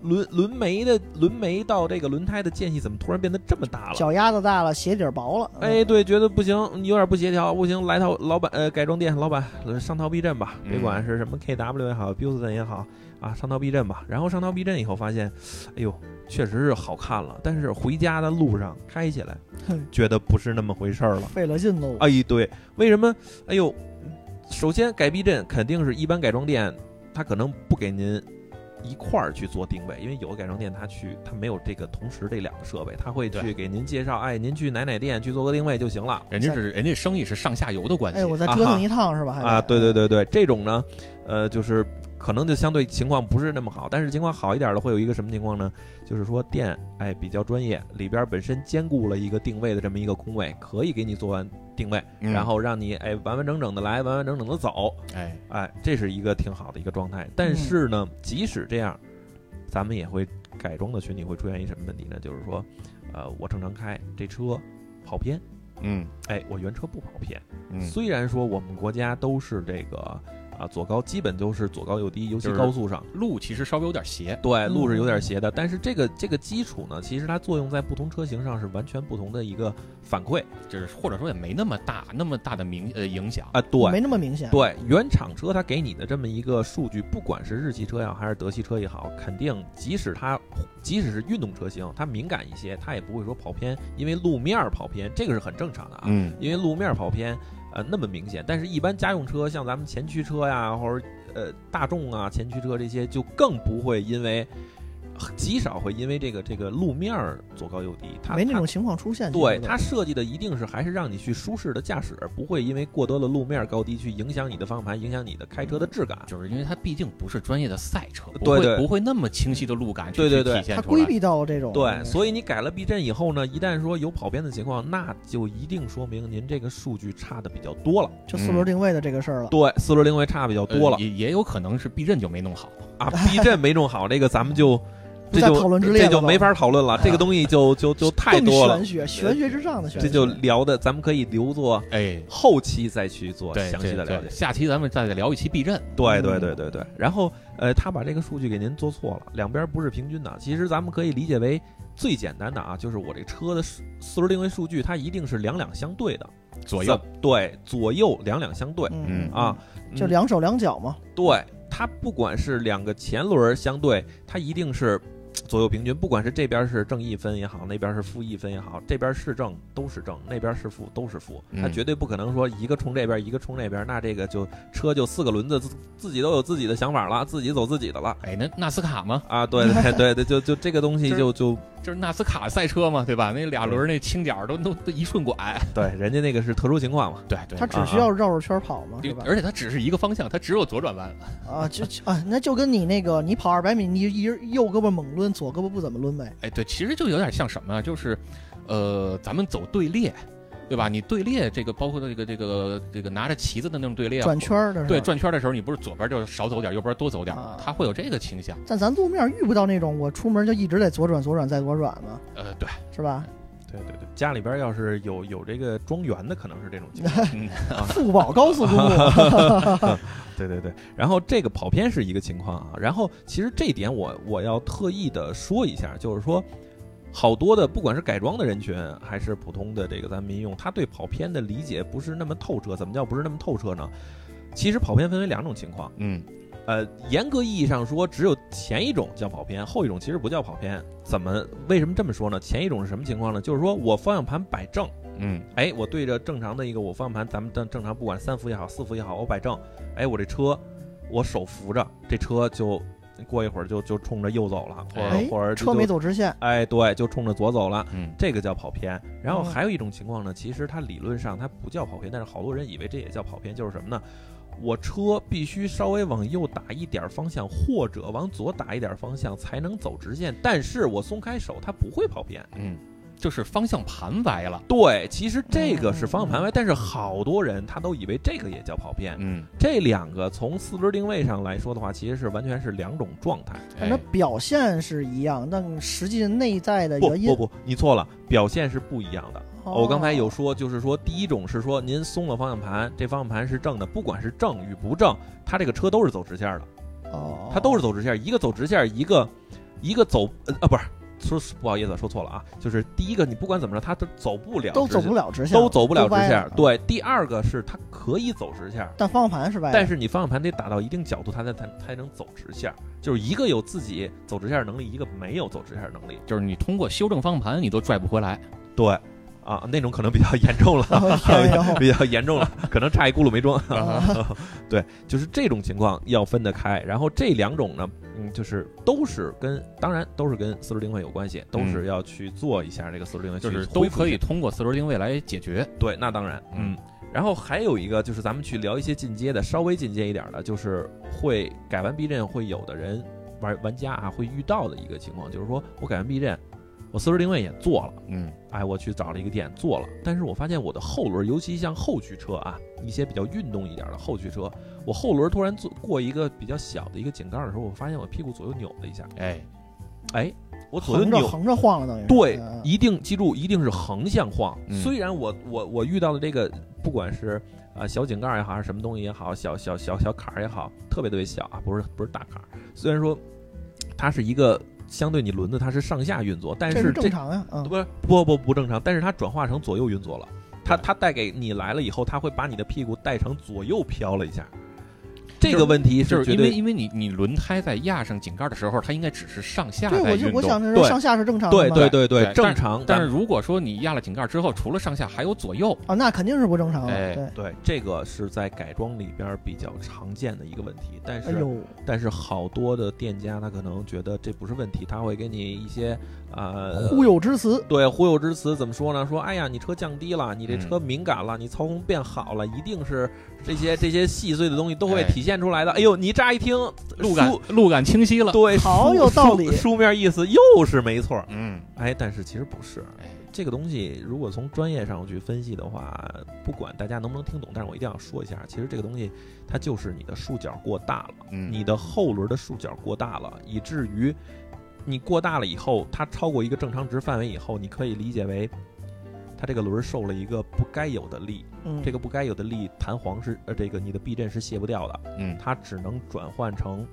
轮轮眉的轮眉到这个轮胎的间隙怎么突然变得这么大了？
脚丫子大了，鞋底儿薄了。嗯
哎，，对，觉得不行，有点不协调，不行，来套老板呃改装店老板呃上套避震吧，别管是什么 KW 也好，Buston 也好啊，上套避震吧。然后上套避震以后发现，哎呦，确实是好看了，但是回家的路上开起来
哼，
觉得不是那么回事儿了。
费了劲喽。
哎，对，为什么？哎呦，首先改避震肯定是一般改装店，它可能不给您一块儿去做定位，因为有的改装店它去它没有这个同时这两个设备，它会
对
去给您介绍，哎，您去哪哪店去做个定位就行了。
人家是人家生意是上下游的关系
哎，，我再折腾一趟是吧？还得
啊，对对。对对，这种呢，呃，就是可能就相对情况不是那么好，但是情况好一点的会有一个什么情况呢？就是说店哎比较专业，里边本身兼顾了一个定位的这么一个空位，可以给你做完定位，
嗯
然后让你哎完完整整的来，完完整整的走，
哎，嗯
哎，这是一个挺好的一个状态。但是呢，即使这样，咱们也会改装的群体会出现一什么问题呢？就是说，呃，我正常开这车跑偏，
嗯
哎，我原车不跑偏。
嗯，
虽然说我们国家都是这个啊左高，基本都是左高右低，尤其
就是
高速上，
路其实稍微有点斜，
对路是有
嗯
点斜的。但是这个这个基础呢，其实它作用在不同车型上是完全不同的一个反馈
就是或者说也没那么大那么大的明呃影响，
啊。对，
嗯没那么明显。，
对，原厂车它给你的这么一个数据，不管是日系车也好，还是德系车也好，肯定即使它即使是运动车型，它敏感一些，它也不会说跑偏，因为路面儿跑偏这个是很正常的啊，
嗯
因为路面儿跑偏呃那么明显，但是一般家用车像咱们前驱车呀，或者呃大众啊前驱车这些就更不会因为。呃极少会因为这个这个路面儿左高右低，它
没那
它
种情况出现。
对
其实都
它设计的一定是还是让你去舒适的驾驶，不会因为过多的路面高低去影响你的方向盘，影响你的开车的质感。
就是因为它毕竟不是专业的赛车，不
对
会
对
不会那么清晰的路感去
对对
去
对
体现
它
出来
规，避到了这种。嗯
对，所以你改了避震以后呢，一旦说有跑偏的情况，那就一定说明您这个数据差的比较多了。
就四轮定位的这个事儿了。
对，四轮定位差比较
呃
多了、
也也有可能是避震就没弄好，
啊，避震没弄好，这个咱们就
不
这
在
就
讨论之列
这
了
就
都
没法讨论了，这个东西就就就太
更
多了
玄，学，玄学之上的玄
这
学。
就聊的咱们可以留作
哎。
后期再去做
对，
详细的
对
了
对
解。
下期咱们再聊一期避震，
对
嗯
对对对对，然后呃，他把这个数据给您做错了，两边不是平均的。其实咱们可以理解为最简单的啊，就是我这车的数四轮定位数据，它一定是两两相对的，
左右
怎对左右两两相对、
嗯
嗯
啊，，嗯
就两手两脚嘛。
对它不管是两个前轮相对，它一定是左右平均，不管是这边是正一分也好，那边是负一分也好，这边是正都是正，那边是负都是负，它
嗯
绝对不可能说一个冲这边一个冲那边，那这个就车就四个轮子，自自己都有自己的想法了，自己走自己的了。
哎，那纳斯卡吗？
啊， 对对对对，就就这个东西
就是
就就
就是纳斯卡赛车嘛，对吧？那俩轮儿那倾角都都都一顺拐，
对，人家那个是特殊情况嘛，
对对
它
啊
只需要绕着圈跑嘛，是
对
吧？
而且它只是一个方向，它只有左转弯，
啊，就就啊，那就跟你那个，你跑二百米，你一人右胳膊猛抡，左胳膊不怎么抡呗。
哎，对，其实就有点像什么啊？就是，呃，咱们走队列，对吧？你队列这个，包括这个这个这个拿着旗子的那种队列啊，
转圈儿的是吧
对，。转圈的时候，你不是左边就少走点，右边多走点吗
啊？
它会有这个倾向。
但咱路面遇不到那种我出门就一直得左转左转再左转嘛，
呃，对，
是吧？
对对对，家里边要是有有这个庄园的，可能是这种情况。
富宝高速公路，
对对对，然后这个跑偏是一个情况啊，然后其实这一点我我要特意的说一下，就是说，好多的不管是改装的人群，还是普通的这个咱民用，他对跑偏的理解不是那么透彻。怎么叫不是那么透彻呢？其实跑偏分为两种情况，
嗯，
呃，严格意义上说，只有前一种叫跑偏，后一种其实不叫跑偏。怎么为什么这么说呢？前一种是什么情况呢？就是说我方向盘摆正，
嗯，
哎，我对着正常的一个我方向盘，咱们正正常不管三伏也好，四伏也好，我摆正，哎，我这车我手扶着，这车就过一会儿就就冲着右走了，或者、
哎
或者就
车没，走直线，
哎，对，就冲着左走了。
嗯，
这个叫跑偏，然后
哦
还有一种情况呢，其实它理论上它不叫跑偏，但是好多人以为这也叫跑偏，就是什么呢？我车必须稍微往右打一点方向，或者往左打一点方向才能走直线，但是我松开手，它不会跑偏。
嗯，就是方向盘歪了。
对，其实这个是方向
嗯
盘歪，但是好多人他都以为这个也叫跑偏。
嗯，
这两个从四轮定位上来说的话，其实是完全是两种状态。
反
哎
正表现是一样，但实际内在的
不
原因
不，不，你错了，表现是不一样的。
哦
我刚才有说，就是说，第一种是说您松了方向盘，这方向盘是正的，不管是正与不正，它这个车都是走直线的，
哦，
它都是走直线，一个走直线，一个一个走呃啊，不是，说不好意思，说错了啊，就是第一个你不管怎么着，它都走不了直线，
都走不了直线，
都走不了直
歪
线
了。，
对，第二个是它可以走直线，
但方向盘是
哎
歪的，
但是你方向盘得打到一定角度，它才才才能走直线。就是一个有自己走直线能力，一个没有走直线能力。
就是你通过修正方向盘，你都拽不回来。
对，啊，那种可能比较严重了，
哎
天哟
比较严重了，可能差一轱辘没装。
啊
对，就是这种情况要分得开。然后这两种呢，嗯，就是都是跟，当然都是跟四轮定位有关系，都是要去做一下这个四轮定位，
嗯就是
去
都
恢复
可
一
以
下
通过四轮定位来解决。
对，那当然，
嗯。
然后还有一个就是咱们去聊一些进阶的，稍微进阶一点的，就是会改完避震会有的人玩玩家啊会遇到的一个情况，就是说我改完避震，我四轮定位也做了，
嗯
哎，我去找了一个店做了，但是我发现我的后轮，尤其像后驱车啊，一些比较运动一点的后驱车，我后轮突然做过一个比较小的一个井盖的时候，我发现我屁股左右扭了一下，
哎，
哎，我左右
横着
扭
横着晃了，等于是
对
嗯，
一定记住，一定是横向晃。
嗯
虽然我我我遇到的这个，不管是啊、小井盖儿也好，还是什么东西也好，小小小小坎儿也好，特别特别小啊，不是不是大坎儿。虽然说它是一个相对你轮子它是上下运作，但
这
是这
正常呀，嗯，
不是不不不正常，但是它转化成左右运作了。它它带给你来了以后，它会把你的屁股带成左右飘了一下。这
就
个问题
就是
绝
因为
对
因为你你轮胎在压上井盖的时候，它应该只是上下
对，
在
我
运
就我
动
想。着
对
是上下是正常的
对
嘛
对对对
对
正常，
但是如果说你压了井盖之后，除了上下还有左右，
啊，那肯定是不正常
哎
的，对，
对，这个是在改装里边儿比较常见的一个问题，但
哎
是、
呦，
但是好多的店家他可能觉得这不是问题，他会给你一些呃
忽。悠之词，
对忽悠之词怎么说呢？说哎呀，你车降低了，你这
嗯
车敏感了，你操控变好了，一定是这些这些细碎的东西都会
哎
体现出来的。哎呦，你乍一听
路感
书
路感清晰了。
对，
好
书
有道理
书书面意思又是没错儿。
嗯，
哎，但是其实不是，
哎，
这个东西如果从专业上去分析的话，不管大家能不能听懂，但是我一定要说一下，其实这个东西它就是你的束角过大了，
嗯
你的后轮的束角过大了，以至于你过大了以后，它超过一个正常值范围以后，你可以理解为。它这个轮儿受了一个不该有的力，
嗯，
这个不该有的力，弹簧是呃，这个你的避震是卸不掉的，
嗯，
它只能转换成，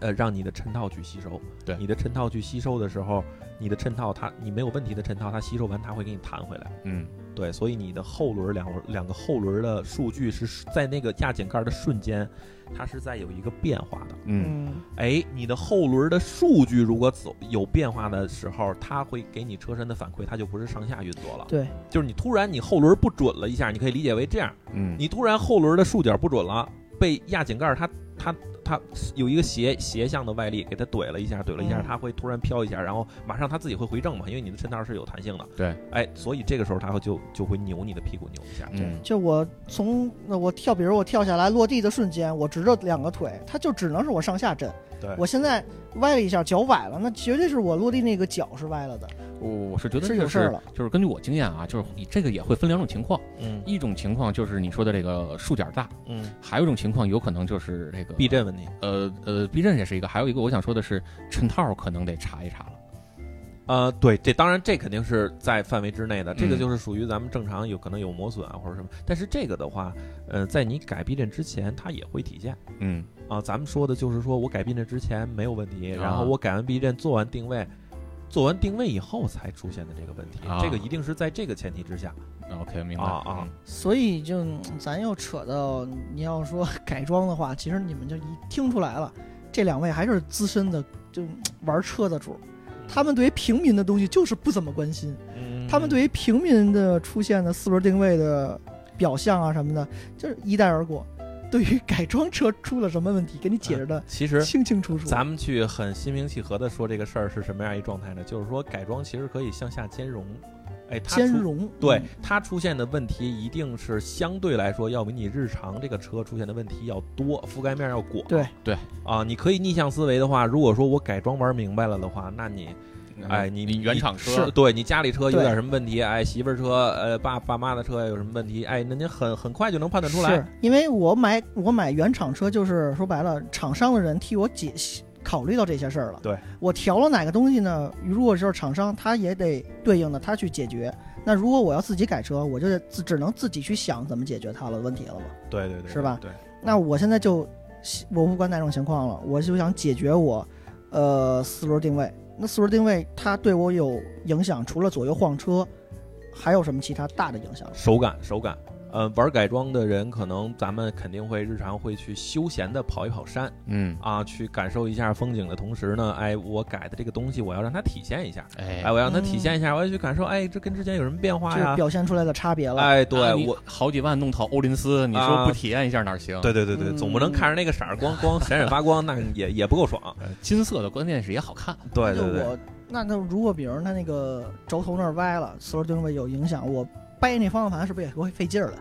呃，让你的衬套去吸收。
对
你的衬套去吸收的时候，你的衬套它你没有问题的衬套，它吸收完它会给你弹回来。
嗯，
对，所以你的后轮两轮两个后轮的数据是在那个压井盖的瞬间，它是在有一个变化的。
嗯，
嗯，
哎，你的后轮的数据如果走有变化的时候，它会给你车身的反馈，它就不是上下运作了。
对，
就是你突然你后轮不准了一下，你可以理解为这样。
嗯，
你突然后轮的束角不准了，被压井盖儿它它它有一个斜斜向的外力给它怼了一下，怼了一下，
嗯
它会突然飘一下，然后马上它自己会回正嘛，因为你的衬套是有弹性的。
对，
哎，所以这个时候它会就就会扭你的屁股扭一下。
嗯，
就我从那我跳，比如我跳下来落地的瞬间，我直着两个腿，它就只能是我上下震。
对
我现在歪了一下，脚崴了，那绝对是我落地那个脚是歪了的。
我我是觉得
是
就
有事儿
是
了
就是根据我经验啊，就是你这个也会分两种情况，
嗯
一种情况就是你说的这个束角大，
嗯，
还有一种情况有可能就是这个
避，震问题
呃呃，避震也是一个，还有一个我想说的是衬套可能得查一查了。
呃，对，这当然这肯定是在范围之内的，这个
嗯
就是属于咱们正常有可能有磨损啊或者什么，但是这个的话，呃，在你改避震之前它也会体现。
嗯，
啊，咱们说的就是说我改避震之前没有问题，
啊
然后我改完避震做完定位，做完定位以后才出现的这个问题，
啊
这个一定是在这个前提之下
OK，明白
啊啊，
所以就嗯咱又扯到你要说改装的话，其实你们就一听出来了，这两位还是资深的，就嗯玩车的主儿，他们对于平民的东西就是不怎么关心。
嗯
他们对于平民的出现的四轮定位的表象啊什么的，就是一带而过。对于改装车出了什么问题，给你解释的
其实
清清楚楚。
咱们去很心平气和的说这个事儿是什么样一状态呢？就是说改装其实可以向下兼容，哎，它
兼
出
容，嗯
对它出现的问题一定是相对来说要比你日常这个车出现的问题要多，覆盖面要广。
对
对
啊，你可以逆向思维的话，如果说我改装玩明白了的话，那你哎你
你原厂
是
车，
对你家里车有
对
点什么问题，哎媳妇儿车呃爸爸妈的车有什么问题，哎那您很很快就能判断出来
是。因为我买我买原厂车，就是说白了，厂商的人替我解析考虑到这些事儿了。
对，
我调了哪个东西呢？如果就是厂商，他也得对应的他去解决。那如果我要自己改车，我就得自只能自己去想怎么解决它了问题了嘛。
对对对，
是吧
对，
那我现在就我不管哪种情况了，我就想解决我呃四轮定位。那四轮定位它对我有影响，除了左右晃车，还有什么其他大的影响？
手感手感。呃，玩改装的人可能咱们肯定会日常会去休闲的跑一跑山，
嗯，
啊，去感受一下风景的同时呢，哎，我改的这个东西我要让它体现一下，
哎
哎，，我要让它体现一下，我要去感受，哎，这跟之前有什么变化
嗯这是
呀？
表现出来的差别了。嗯
哎，对
啊你
我，
好几万弄套欧林斯，你说
啊
不体验一下哪儿行？
对对对对，
嗯
总不能看着那个色儿光光闪闪发光，那也也不够爽。
呃，金色的关键是也好看，
对
就
对对，
我那那如果比如他那个轴头那儿歪了，四轮定位有影响，我掰那方向盘是不是也会费劲儿了？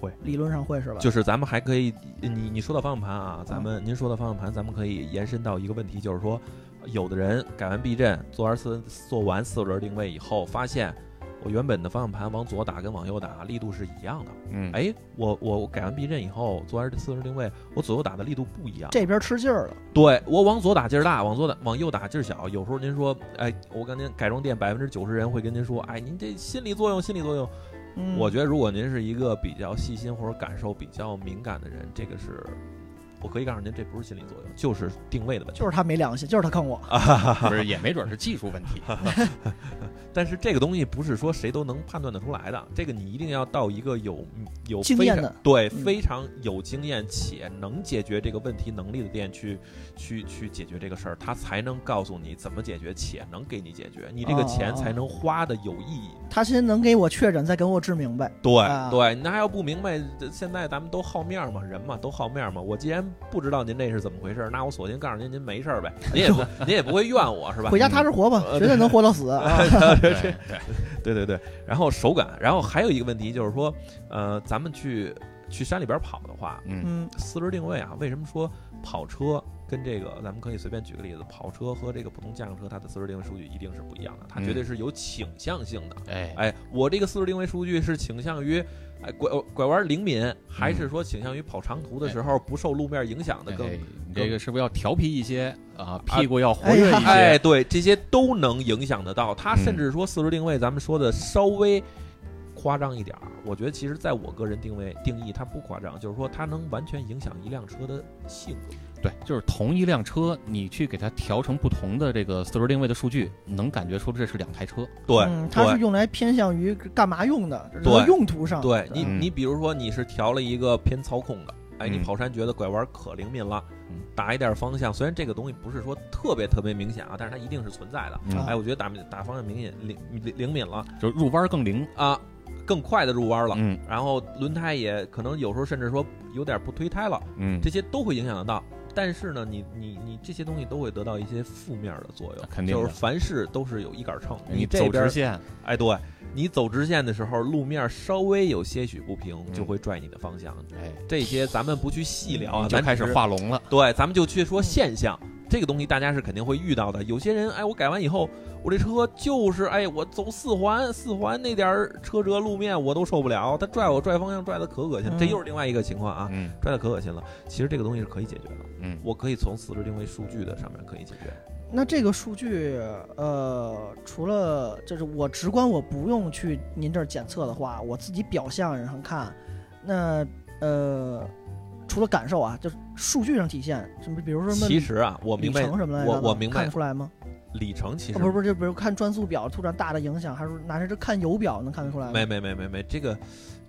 会，
理论上会是吧？
就是咱们还可以，你你说到方向盘啊，咱们您说到方向盘，咱们可以延伸到一个问题，就是说，有的人改完避震，做完四做完四轮定位以后，发现我原本的方向盘往左打跟往右打力度是一样的。
嗯，
哎，我我我改完避震以后，做完四轮定位，我左右打的力度不一样。
这边吃劲儿了，
对我往左打劲儿大，往左打往右打劲儿小。有时候您说，哎，我跟您改装店百分之九十人会跟您说，哎，您这心理作用，心理作用。
嗯，
我觉得如果您是一个比较细心或者感受比较敏感的人，这个是，我可以告诉您，这不是心理作用，就是定位的问题。
就是他没良心，就是他坑我。
啊
不 是也没准是技术问题，
但是这个东西不是说谁都能判断得出来的，这个你一定要到一个有有
经
非
验
常
的
对
嗯
非常有经验且能解决这个问题能力的店去去去解决这个事儿，他才能告诉你怎么解决，且能给你解决，你这个
哦
钱
哦哦
才能花的有意义。
他先能给我确诊，再给我治明白。
对、
啊
对，那还要不明白，这现在咱们都好面儿嘛，人嘛都好面儿嘛。我既然不知道您这是怎么回事儿，那我索性告诉您，您没事儿呗，您也不您也不会怨我是吧？
回家踏实活吧，
呃
绝对能活到死。啊
对
对对对，然后手感，然后还有一个问题就是说，呃，咱们去去山里边跑的话，
嗯，
嗯，
四轮定位啊，为什么说跑车跟这个，咱们可以随便举个例子，跑车和这个普通家用车，它的四轮定位数据一定是不一样的，它绝对是有倾向性的。
哎，
哎，我这个四轮定位数据是倾向于，哎拐拐弯灵敏，还是说倾向于跑长途的时候不受路面影响的更？
哎你这个是不是要调皮一些啊？屁股要活跃一些，
哎，嗯对，这些都能影响得到。它甚至说四轮定位，咱们说的稍微夸张一点儿，我觉得其实在我个人定位定义，它不夸张，就是说它能完全影响一辆车的性格。
对，就是同一辆车，你去给它调成不同的这个四轮定位的数据，能感觉出这是两台车。
嗯，它是用来偏向于干嘛用的？
对
和用途上。
对你，
嗯
你比如说你是调了一个偏操控的，哎，你
嗯
跑山觉得拐弯可灵敏了
嗯，
打一点方向，虽然这个东西不是说特别特别明显啊，但是它一定是存在的。
嗯
哎，我觉得打打方向明显灵灵灵敏了
啊就是入弯更灵。
啊，更快的入弯了，
嗯
然后轮胎也可能有时候甚至说有点不推胎了，
嗯，
这些都会影响得到。但是呢，你你你这些东西都会得到一些负面的作用，
肯定的
就是凡事都是有一杆秤，
你
这
走
边
直线，
哎，对你走直线的时候，路面稍微有些许不平，
嗯
就会拽你的方向。
哎，
这些咱们不去细聊
嗯
啊，
你就
咱
开始
只是。
画龙了。
对，咱们就去说现象，这个东西大家是肯定会遇到的。有些人，哎，我改完以后，我这车就是，哎，我走四环，四环那点儿车辙路面我都受不了，他拽我拽方向拽的可恶心了，这
嗯
又是另外一个情况啊，
嗯
拽的可恶心了。其实这个东西是可以解决的，
嗯，
我可以从四轮定位数据的上面可以解决。
那这个数据，呃，除了就是我直观我不用去您这儿检测的话，我自己表象上看，那呃，除了感受啊，就是数据上体现，什么比如说什么
其实啊，我
里
明白
程什么来
我我明
看
白
得出来吗？
里程其实
啊、不是不是，就比如看转速表突然大的影响，还是拿着这看油表能看得出来吗？
没没没没没，这个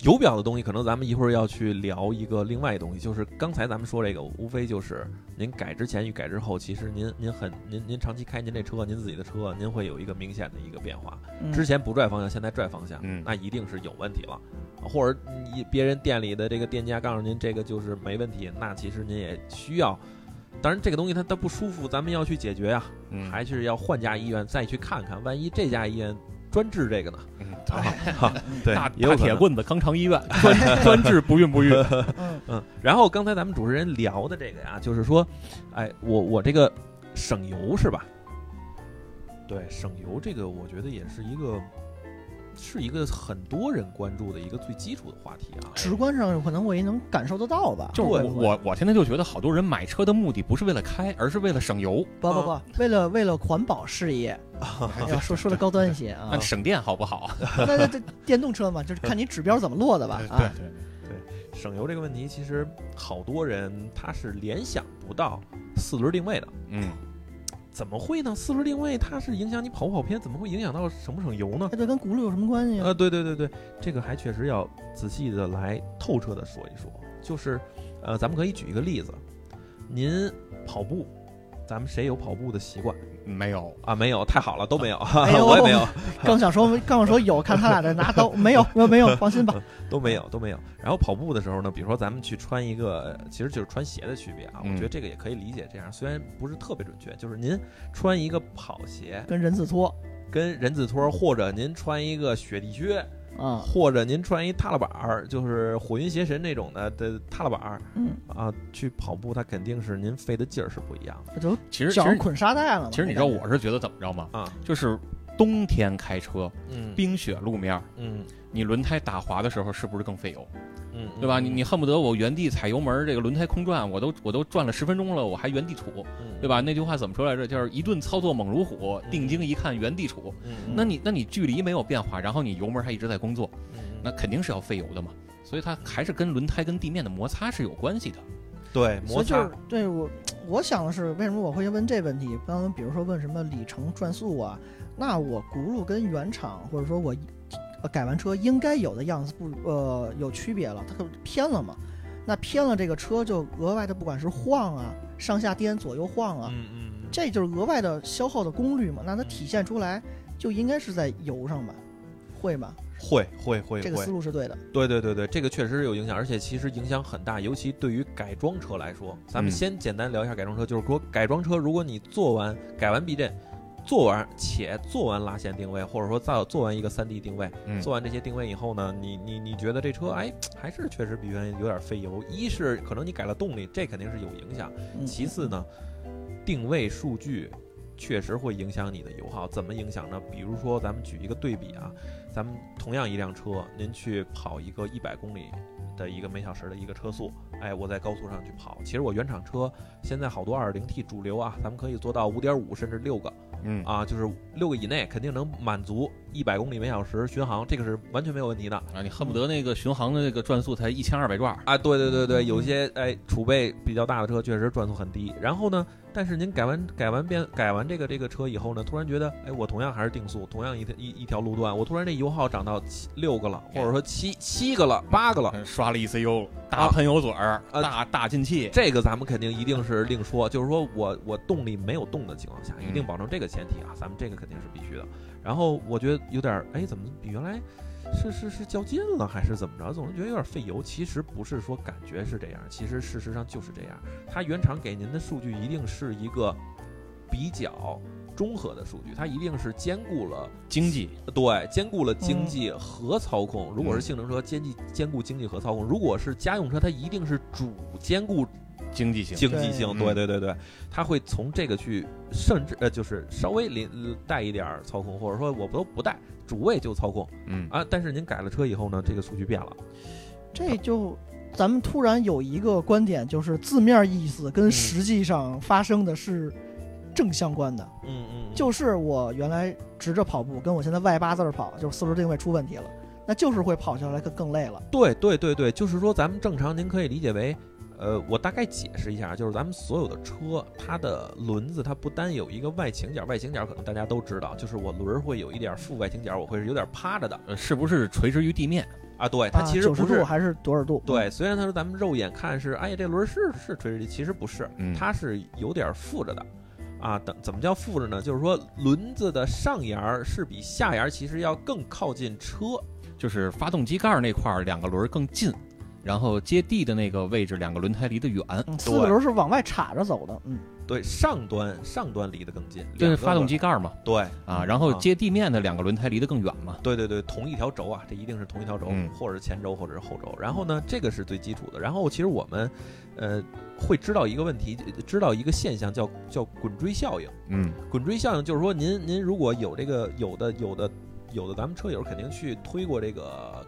油表的东西，可能咱们一会儿要去聊一个另外一东西，就是刚才咱们说这个，无非就是您改之前与改之后，其实您您很您您长期开您这车，您自己的车，您会有一个明显的一个变化。
嗯
之前不拽方向，现在拽方向，
嗯
那一定是有问题了。或者你别人店里的这个店家告诉您这个就是没问题，那其实您也需要。当然，这个东西它它不舒服，咱们要去解决呀、
嗯，
还是要换家医院再去看看，万一这家医院专治这个呢？
嗯
啊哈对
大
也有
大
可
铁
能
棍子康城医院 专专治不孕不育，
嗯
嗯，然后刚才咱们主持人聊的这个呀，就是说，哎，我我这个省油是吧？对，省油这个我觉得也是一个，是一个很多人关注的一个最基础的话题啊。
直观上有可能我也能感受得到吧？
就是
会
我
不会
我我现在就觉得好多人买车的目的不是为了开，而是为了省油，
不不
啊
不，为了为了环保事业，哎呀，说说的高端一些啊
那，省电好不好？
那那这电动车嘛，就是看你指标怎么落的吧
对
啊。
对，
哎省油这个问题，其实好多人他是联想不到四轮定位的。
嗯，
怎么会呢？四轮定位它是影响你跑不跑偏，怎么会影响到省不省油呢
哎，？这跟轱辘有什么关系啊
啊，？对对对对，这个还确实要仔细的来透彻的说一说。就是，呃，咱们可以举一个例子，您跑步，咱们谁有跑步的习惯
没有，
啊？没有，太好了，啊都没有，
呦
我也没有，
刚想说刚想说有，看他俩这拿刀，没有没有没有，放心吧。
都没有，都没有。然后跑步的时候呢，比如说咱们去穿一个，其实就是穿鞋的区别啊。我
嗯
觉得这个也可以理解这样，虽然不是特别准确，就是您穿一个跑鞋，
跟人字拖
跟人字拖，或者您穿一个雪地靴，
啊，
或者您穿一踏拉板儿，就是火云邪神那种的的踏拉板儿
嗯，
啊，去跑步，它肯定是您费的劲儿是不一样的
这都
其实其
脚上
实
捆沙袋了嘛。
其实你知道我是觉得怎么着吗？
啊。
就是冬天开车，
嗯
冰雪路面儿，
嗯
你轮胎打滑的时候是不是更费油？
嗯，
对吧？你你恨不得我原地踩油门儿，这个轮胎空转，我都我都转了十分钟了，我还原地杵，对
吧？
吧？那句话怎么说来着？就是一顿操作猛如虎，
嗯
定睛一看原地杵。
嗯
那你那你距离没有变化，然后你油门还一直在工作，
嗯
那肯定是要费油的嘛。所以它还是跟轮胎跟地面的摩擦是有关系的。
对
所
摩
以就
擦
是，对我我想的是，为什么我会问这问题？刚刚比如说问什么里程、转速啊，那我轱辘跟原厂或者说我呃改完车应该有的样子不呃有区别了，它可偏了嘛？那偏了，这个车就额外的不管是晃啊、上下颠、左右晃啊，
嗯嗯
这就是额外的消耗的功率嘛。那它体现出来就应该是在油上吧？会吗？
会会会
这个思
会，
路是对的。
对对对对，这个确实是有影响，而且其实影响很大，尤其对于改装车来说，咱
嗯
们先简单聊一下改装车，就是说改装车，如果你做完改完避震。做完且做完拉线定位，或者说再做完一个三 D 定位，
嗯
做完这些定位以后呢，你你你觉得这车哎还是确实比原来有点费油。一是可能你改了动力，这肯定是有影响；
嗯、
其次呢，定位数据确实会影响你的油耗。怎么影响呢？比如说咱们举一个对比啊，咱们同样一辆车，您去跑一个一百公里。的一个每小时的一个车速，哎，我在高速上去跑。其实我原厂车现在好多二零 T 主流啊，咱们可以做到五点五甚至六个，
嗯
啊，就是六个以内肯定能满足一百公里每小时巡航，这个是完全没有问题的
啊，你恨不得那个巡航的那个转速才一千二百转儿。
啊。对对对对，有些哎储备比较大的车确实转速很低。然后呢，但是您改完改完变改完这个这个车以后呢，突然觉得哎，我同样还是定速，同样一条一一条路段，我突然这油耗涨到七六个了，或者说七七个了，八个了。
嗯刷了 ECU，
啊
大喷油嘴儿，
啊
大大进气，
这个咱们肯定一定是另说，就是说我我动力没有动的情况下，一定保证这个前提啊，咱们这个肯定是必须的。然后我觉得有点，哎，怎么比原来是是是较劲了，还是怎么着？总是觉得有点费油。其实不是说感觉是这样，其实事实上就是这样。它原厂给您的数据一定是一个比较综合的数据，它一定是兼顾了
经济
对，兼顾了经济和操控。如果是性能车，兼济兼顾经济和操控；如果是家用车，它一定是主兼顾
经济性。
经济性。对
对
嗯对对对，它会从这个去，甚至呃，就是稍微临呃带一点儿操控，或者说我都不带，主位就操控
嗯
啊。但是您改了车以后呢，这个数据变了。
这就咱们突然有一个观点，就是字面意思
嗯
跟实际上发生的是正相关的。
嗯嗯
就是我原来直着跑步，跟我现在外八字儿跑，就是四轮定位出问题了，那就是会跑下来更更累了。
对对对对，就是说咱们正常，您可以理解为，呃，我大概解释一下，就是咱们所有的车，它的轮子它不单有一个外倾角，外倾角可能大家都知道，就是我轮儿会有一点负外倾角，我会是有点趴着的
呃是不是垂直于地面？
啊。对，它其实
九十
不是
度还是多少度？
对，虽然他说咱们肉眼看是，哎呀，这轮是是垂直地，其实不是
嗯，
它是有点附着的，啊，等怎么叫附着呢？就是说轮子的上沿儿是比下沿儿其实要更靠近车，
就是发动机盖儿那块儿两个轮儿更近，然后接地的那个位置两个轮胎离得远。
嗯，四个轮是往外岔着走的，嗯，
对，上端上端离得更近，
对，
两个
发动
轮
机盖儿嘛，
对
啊，然后
啊
接地面的两个轮胎离得更远嘛。
对对对，同一条轴啊，这一定是同一条轴，
嗯
或者是前轴，或者是后轴。然后呢，这个是最基础的。然后其实我们，呃，会知道一个问题，知道一个现象叫叫滚锥效应。
嗯，
滚锥效应就是说您，您如果有这个有的有的有的，咱们车友肯定去推过这个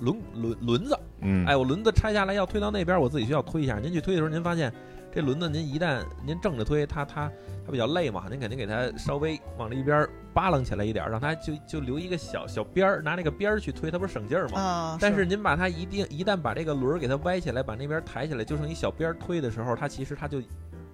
轮轮轮子，
嗯，
哎，我轮子拆下来要推到那边，我自己需要推一下。您去推的时候，您发现这轮子您一旦您正着推，它它它比较累嘛，您肯定给它稍微往这一边扒楞起来一点，让它就就留一个小小边儿，拿那个边儿去推，它不是省劲儿吗？
啊，
但是您把它一定一旦把这个轮儿给它歪起来，把那边抬起来，就剩一小边儿推的时候，它其实它就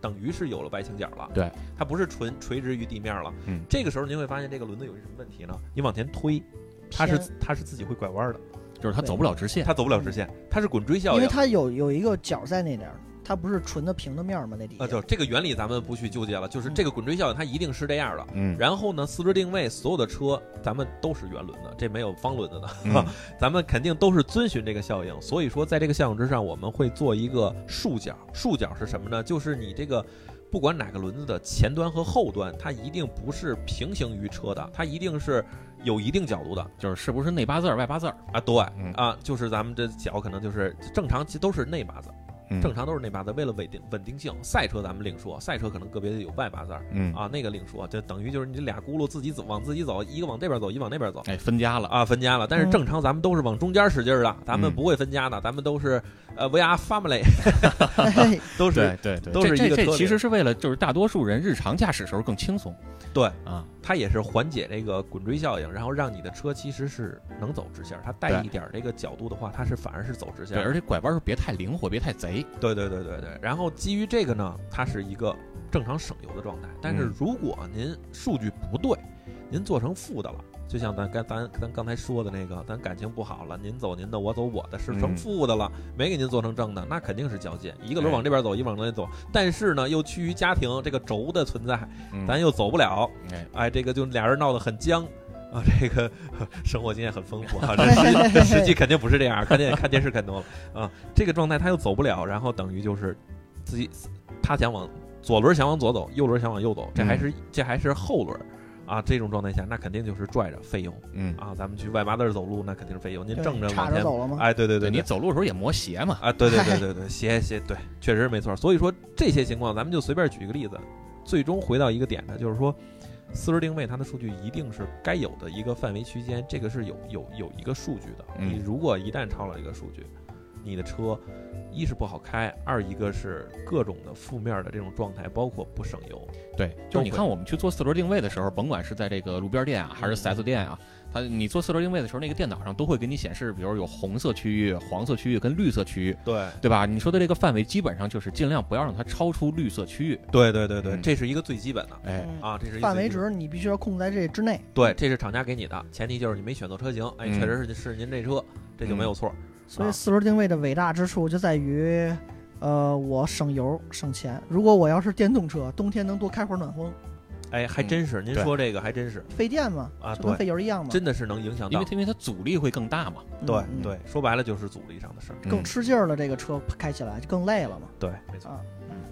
等于是有了外倾角了。
对，
它不是纯垂直于地面了。
嗯
这个时候您会发现这个轮子有一什么问题呢？你往前推，它是
偏
它是自己会拐弯儿的，
就是它走不了直线。
它走不了直线，它是滚锥效
嗯因
应
为。它有有一个角在那点儿，它不是纯的平的面儿嘛，那底
啊，
下
就这个原理咱们不去纠结了，就是这个滚锥效应它一定是这样的。
嗯，
然后呢，四轮定位所有的车咱们都是圆轮的，这没有方轮的呢。
嗯
咱们肯定都是遵循这个效应，所以说在这个效应之上，我们会做一个束角。束角是什么呢？就是你这个不管哪个轮子的前端和后端，它一定不是平行于车的，它一定是有一定角度的
就是是不是内八字儿外八字儿？
啊。对
嗯
啊，就是咱们这脚可能就是正常，其实都是内八字，
嗯
正常都是内八字。为了稳定稳定性，赛车咱们另说，赛车可能个别有外八字儿
嗯，
啊，那个另说，就等于就是你这俩轱辘自己走，往自己走，一个往这边走，一个往那边走。
哎，分家了。
啊，分家了。但是
嗯
正常咱们都是往中间使劲儿的，咱们
嗯
不会分家的，咱们都是呃 VR family，
嘿
都是
对对，
都是
这
一个
这这
车流
其实是为了就是大多数人日常驾驶时候更轻松。
对
啊，
它也是缓解这个滚锥效应，然后让你的车其实是能走直线儿。它带
对
一点儿这个角度的话，它是反而是走直线
对，
儿。
而且拐弯儿时候别太灵活，别太贼。
对对对对对。然后基于这个呢，它是一个正常省油的状态。但是
嗯
如果您数据不对，您做成负的了，就像咱刚咱咱刚才说的那个，咱感情不好了，您走您的，我走我的，是成
嗯
负的了，没给您做成正的，那肯定是较劲，一个轮
哎
往这边走，一个往那边走。但是呢，又趋于家庭这个轴的存在，
嗯
咱又走不了，
哎，
哎，这个就俩人闹得很僵。啊，这个 呵生活经验很丰富 啊，这实 际 这实际肯定不是这样，看电看电视看多了啊，这个状态他又走不了，然后等于就是自己他想往左轮想往左走，右轮想往右走，
嗯
这还是、这还是后轮啊，这种状态下那肯定就是拽着费油
嗯，
啊，咱们去外八字儿走路那肯定是费油，您
对
正着
岔
往
着
前，
走了吗？
哎，对对对，
对你走路的时候也磨鞋嘛。
啊，对 对对对对，鞋鞋对，确实是没错。所以说这些情况，咱们就随便举个例子，最终回到一个点呢，就是说四轮定位它的数据一定是该有的一个范围区间，这个是有有有一个数据的。
嗯
你如果一旦超了这个数据，你的车一是不好开，二一个是各种的负面的这种状态，包括不省油。
对，就是你看我们去做四轮定位的时候，甭管是在这个路边店啊，还是 4S 店啊，它你做四轮定位的时候，那个电脑上都会给你显示，比如有红色区域、黄色区域跟绿色区域，
对
对吧？你说的这个范围基本上就是尽量不要让它超出绿色区域。
对对对对，
嗯
这是一个最基本的
哎，
嗯
啊，这是一个
范
最
围
基本的
值你必须要控在这之内，
对，这是厂家给你的，前提就是你没选错车型，哎，
嗯
确实是是您这车，这就没有错。
所
啊
以四轮定位的伟大之处就在于，呃，我省油省钱。如果我要是电动车，冬天能多开会儿暖风，
哎，还
嗯
真是，您
对嗯
说这个还真是，
费电嘛，
啊
就跟
对
费油一样嘛，
真的是能影响
因
到
为它。因为它阻力会更大嘛。
嗯
对
嗯
对，嗯说白了就是阻力上的
嗯
事儿。
更吃劲儿了，这个车开起来就更累了嘛。
对，没错。
啊，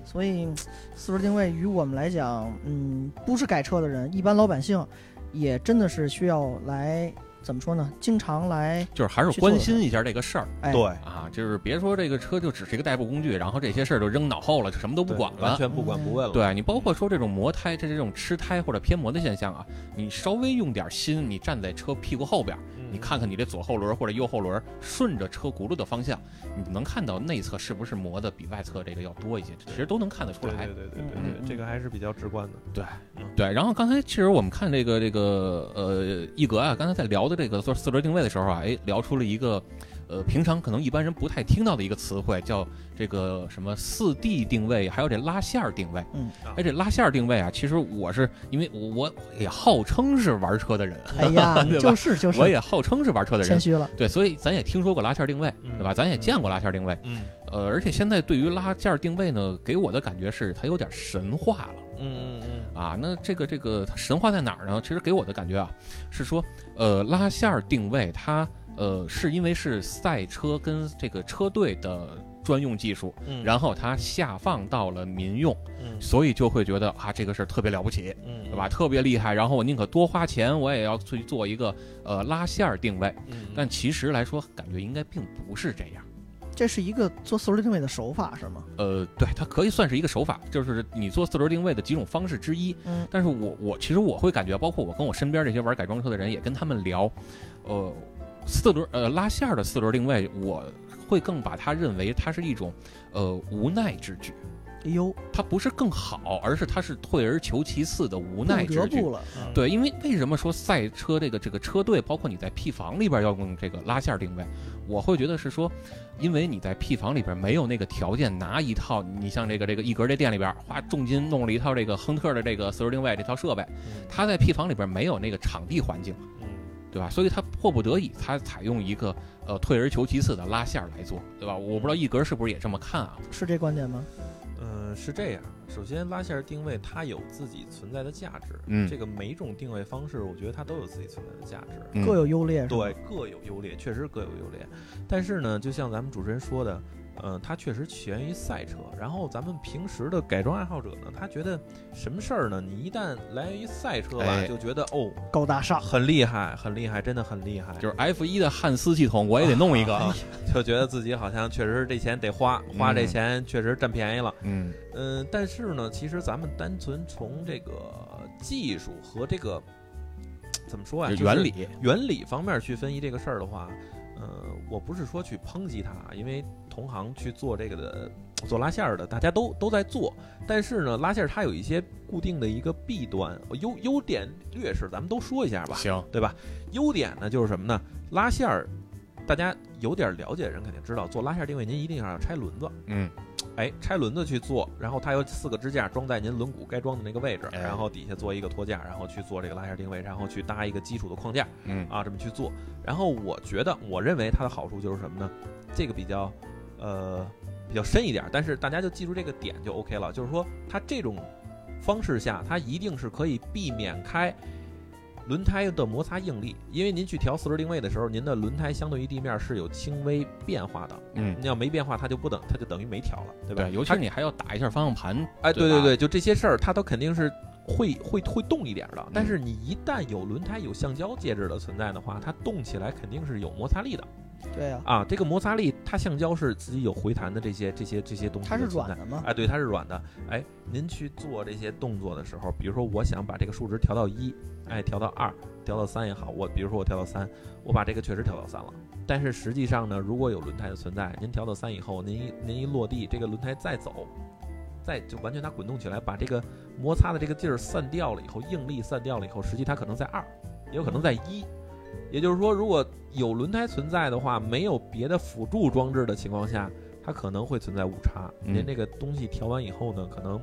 所以嗯四轮定位于我们来讲，嗯，不是改车的人，一般老百姓也真的是需要来怎么说呢？经 常来，
就是还是关心一下这个事儿
哎，
对，
啊，就是别说这个车就只是一个代步工具，然后这些事儿就扔脑后了，就什么都不
对
管
完
了。嗯
全不管不问了。
对你，包括说这种磨胎，这这种吃胎或者偏磨的现象啊，你稍微用点心，你站在车屁股后边，
嗯
你看看你这左后轮或者右后轮，顺着车轱辘的方向，你能看到内侧是不是磨的比外侧这个要多一些，其实都能看得出
对
来
对。对对对
嗯
对，这个还是比较直观的。
对，然后刚才其实我们看这个这个呃，一格啊，刚才在聊的这个做四轮定位的时候啊，哎，聊出了一个呃，平常可能一般人不太听到的一个词汇，叫这个什么四 D 定位，还有这拉线儿定位。
嗯，
哎，这拉线儿定位啊，其实我是因为我我也号称是玩车的人，
哎呀，
对吧
就是就是，
我也号称是玩车的人
谦，虚了。
对，所以咱也听说过拉线儿定位，
嗯
对吧？咱也见过拉线儿定位，
嗯
呃，而且现在对于拉线儿定位呢，给我的感觉是它有点神话了。
嗯嗯
啊，那这个这个它神话在哪儿呢？其实给我的感觉啊，是说，呃，拉线儿定位它，呃，是因为是赛车跟这个车队的专用技术，
嗯
然后它下放到了民用，
嗯
所以就会觉得啊，这个事儿特别了不起，
嗯
对吧？？特别厉害，然后我宁可多花钱，我也要去做一个呃拉线儿定
嗯
位。但其实来说，感觉应该并不是这样。
这是一个做四轮定位的手法是吗？
呃，对，它可以算是一个手法，就是你做四轮定位的几种方式之一。
嗯，
但是我我其实我会感觉，包括我跟我身边这些玩改装车的人，也跟他们聊，呃，四轮呃拉线儿的四轮定位，我会更把它认为它是一种呃无奈之举，
哎呦，
它不是更好，而是它是退而求其次的无
不
奈
得
之举
不。了，
嗯
对，因为为什么说赛车这个这个车队，包括你在 P 房里边要用这个拉线儿定位，我会觉得是说，因为你在 P 房里边没有那个条件拿一套，你像这个这个一格这店里边花重金弄了一套这个亨特的这个四轮定位这套设备，
嗯
他在 P 房里边没有那个场地环境，对吧？所以他迫不得已，他采用一个呃退而求其次的拉线儿来做，对吧？我不知道一格是不是也这么看啊？
是这观点吗？
嗯，是这样。首先，拉线儿定位它有自己存在的价值。
嗯
这个每种定位方式，我觉得它都有自己存在的价值。
嗯
各有优劣是吧
对，，各有优劣，确实各有优劣。但是呢，就像咱们主持人说的，呃，它确实起源于赛车。然后咱们平时的改装爱好者呢，他觉得什么事儿呢？你一旦来源于赛车吧，
哎
就觉得哦，
高大上，
很厉害，很厉害，真的很厉害，
就是 F 一的汉斯系统，我也得弄一个，
啊就觉得自己好像确实这钱得花，花这钱确实占便宜了。
嗯
嗯，但是呢，其实咱们单纯从这个技术和这个怎么说呀、啊
就
就是
原理，
原理方面去分析这个事儿的话，呃，我不是说去抨击它，因为同行去做这个的做拉线儿的，大家都都在做。但是呢，拉线儿它有一些固定的一个弊端，优优点劣势咱们都说一下吧。
行，
优点呢就是什么呢？拉线儿，大家有点了解的人肯定知道，做拉线儿定位您一定要拆轮子，
嗯。
哎，拆轮子去做，然后它有四个支架装在您轮毂该装的那个位置，
哎
然后底下做一个托架，然后去做这个拉线儿定位，然后去搭一个基础的框架。
嗯
啊，这么去做。然后我觉得，我认为它的好处就是什么呢？这个比较，呃，比较深一点儿，但是大家就记住这个点就 OK 了。就是说，它这种方式下，它一定是可以避免开轮胎的摩擦应力，因为您去调四轮定位的时候，您的轮胎相对于地面是有轻微变化的。
嗯，
你要没变化，它就不等，它就等于没调了，对吧？
对，尤其
它
是你还要打一下方向盘，
哎，对对
吧
对，就这些事儿，它都肯定是会会会动一点儿的。
嗯
但是你一旦有轮胎有橡胶介质的存在的话，它动起来肯定是有摩擦力的
对呀，
啊。这个摩擦力，它橡胶是自己有回弹的这些这些这些东西，
它是软。的嘛，
哎，对，它是软的。哎，您去做这些动作的时候，比如说我想把这个数值调到一，哎，调到二，调到三也好，我比如说我调到三，我把这个确实调到三了。但是实际上呢，如果有轮胎的存在，您调到三以后，您一您一落地，这个轮胎再走，再就完全它滚动起来，把这个摩擦的这个劲儿散掉了以后，应力散掉了以后，实际它可能在二，也有可能在一。
嗯
也就是说，如果有轮胎存在的话，没有别的辅助装置的情况下，它可能会存在误差。
嗯
您这个东西调完以后呢，可能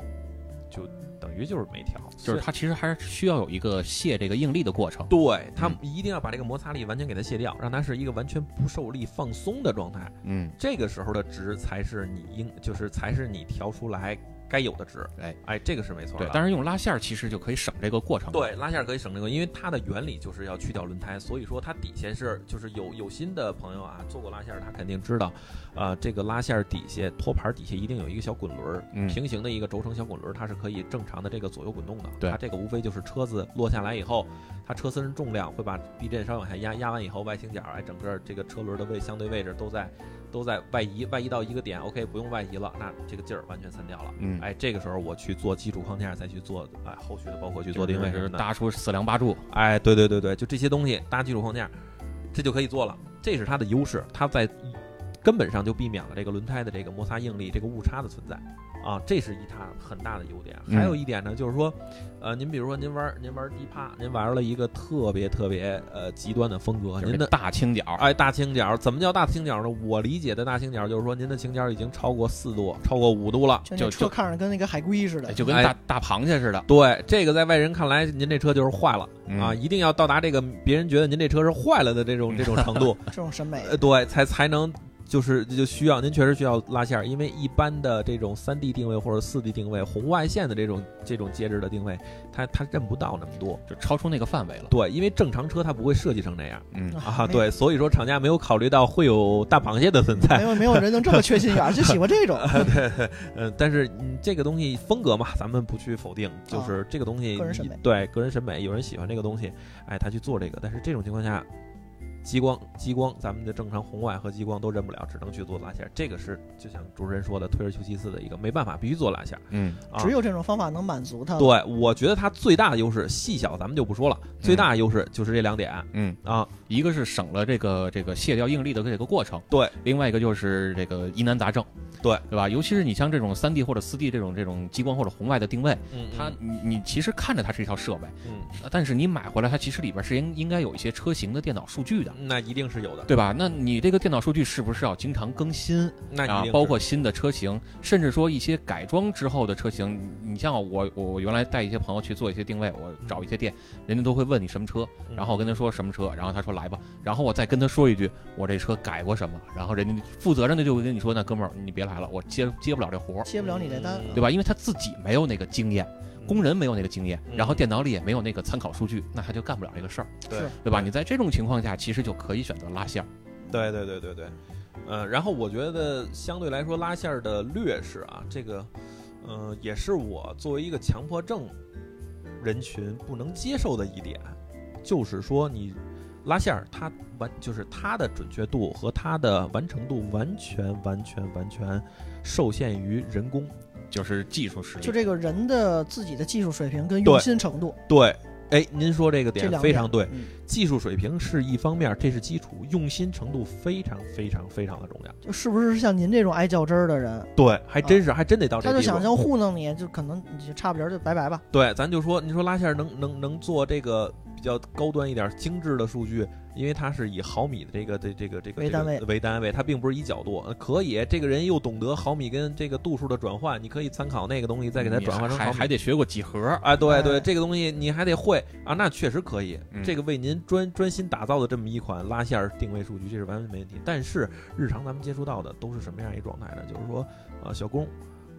就等于就是没调，
就是它其实还是需要有一个卸这个应力的过程。
对它
嗯
一定要把这个摩擦力完全给它卸掉，让它是一个完全不受力放松的状态。
嗯，
这个时候的值才是你应，就是才是你调出来该有的值。
哎
哎，这个是没错
对
的。。
但是用拉线儿其实就可以省这个过程。
对，拉线儿可以省这个，因为它的原理就是要去掉轮胎，所以说它底线是就是有有心的朋友啊，做过拉线儿，他肯定知道，呃，这个拉线儿底下托盘儿底下一定有一个小滚轮儿，
嗯
平行的一个轴承小滚轮儿，它是可以正常的这个左右滚动的。
对
它这个无非就是车子落下来以后，它车身重量会把避震稍微往下压，压完以后外倾角，哎，整个这个车轮的位相对位置都在都在外移，外移到一个点，OK，不用外移了，那这个劲儿完全散掉了。
嗯，
哎，这个时候我去做基础框架，再去做哎后续的，包括去
就
做定位
是
什么的。
搭出四梁八柱。
哎，对对对对，就这些东西搭基础框架，这就可以做了，这是它的优势。它在根本上就避免了这个轮胎的这个摩擦应力、这个误差的存在啊，这是一它很大的优点。
嗯
还有一点呢，就是说，呃，您比如说您玩您玩低趴，您玩了一个特别特别呃极端的风格，
就是
您
这
的
大倾角，
哎，大倾角怎么叫大倾角呢？我理解的大倾角就是说，您的倾角已经超过四度，超过五度了。
就
就
那车
就
看着跟那个海龟似的
哎，就跟
哎
大大螃蟹似的
对，这个在外人看来，您这车就是坏了、
嗯
啊！一定要到达这个别人觉得您这车是坏了的这种这种程度，
这种审美，
呃，对，才才能就是就需要您确实需要拉线儿，因为一般的这种三 D 定位或者四 D 定位红外线的这种这种介质的定位，它它认不到那么多。
就超出那个范围了。
对，因为正常车它不会设计成那样
嗯，
啊。
没
对，所以说厂家没有考虑到会有大螃蟹的存在
没。有没有人能这么缺心眼儿，就喜欢 这种
嗯，但是嗯，这个东西风格嘛，咱们不去否定，就
啊
是这个东西你，
个人审美
对个人审美，有人喜欢这个东西，哎，他去做这个。但是这种情况下，激光激光，咱们的正常红外和激光都认不了，只能去做拉线儿。这个是就像主持人说的，退而求其次的一个，没办法，必须做拉线儿。
嗯，
啊、
只有这种方法能满足他。
对，我觉得它最大的优势，细小咱们就不说了，最
嗯
大的优势就是这两点啊。
嗯一个是省了这个这个卸掉应力的这个过程，
对；
另外一个就是这个疑难杂症，
对，
对吧？尤其是你像这种三 D 或者四 D 这种这种激光或者红外的定位，
嗯，
它你你其实看着它是一套设备，
嗯，
呃但是你买回来它其实里边是应应该有一些车型的电脑数据的。
嗯那一定是有的，
对吧？那你这个电脑数据是不是要经常更新
那一
啊
定？是
包括新的车型，甚至说一些改装之后的车型。你你像我，我我原来带一些朋友去做一些定位，我找一些店，人家都会问你什么车，
嗯
然后我跟他说什么车，然后他说来吧，然后我再跟他说一句我这车改过什么，然后人家负责任的就会跟你说，那哥们儿你别来了，我接接不了这活儿，
接不了你这单，
嗯
啊
对吧？因为他自己没有那个经验，工人没有那个经验，
嗯
然后电脑里也没有那个参考数据，那他就干不了这个事儿，
对
是
对吧？你在这种情况下，其实就可以选择拉线儿，
对对对对对，呃，然后我觉得相对来说拉线儿的劣势啊，这个，呃，也是我作为一个强迫症人群不能接受的一点，就是说你拉线儿它完就是它的准确度和它的完成度完全完全完全受限于人工。
就是技术实力。
就这个人的自己的技术水平跟
对
用心程度，
对，哎，您说这个
这
点
两
非常对
点，嗯
技术水平是一方面，这是基础，用心程度非常非常非常的重要。
就是不是像您这种爱较真儿的人，
对，还真是，还真得到哦这
啊他就
地步
想想糊弄你，就可能你就差不离儿就拜拜吧。
对，咱就说，你说拉线儿能能能做这个比较高端一点儿、精致的数据，因为它是以毫米的这个这这个这个
为单位
这个为单位，它并不是以角度。呃可以，这个人又懂得毫米跟这个度数的转换，你可以参考那个东西，再给它
嗯你
转换成毫
还
米。
还得学过几何，
啊，对
哎
对，这个东西你还得会啊，那确实可以。
嗯
这个为您专专心打造的这么一款拉线儿定位数据，这是完全没问题。但是日常咱们接触到的都是什么样一状态呢？就是说，呃，小工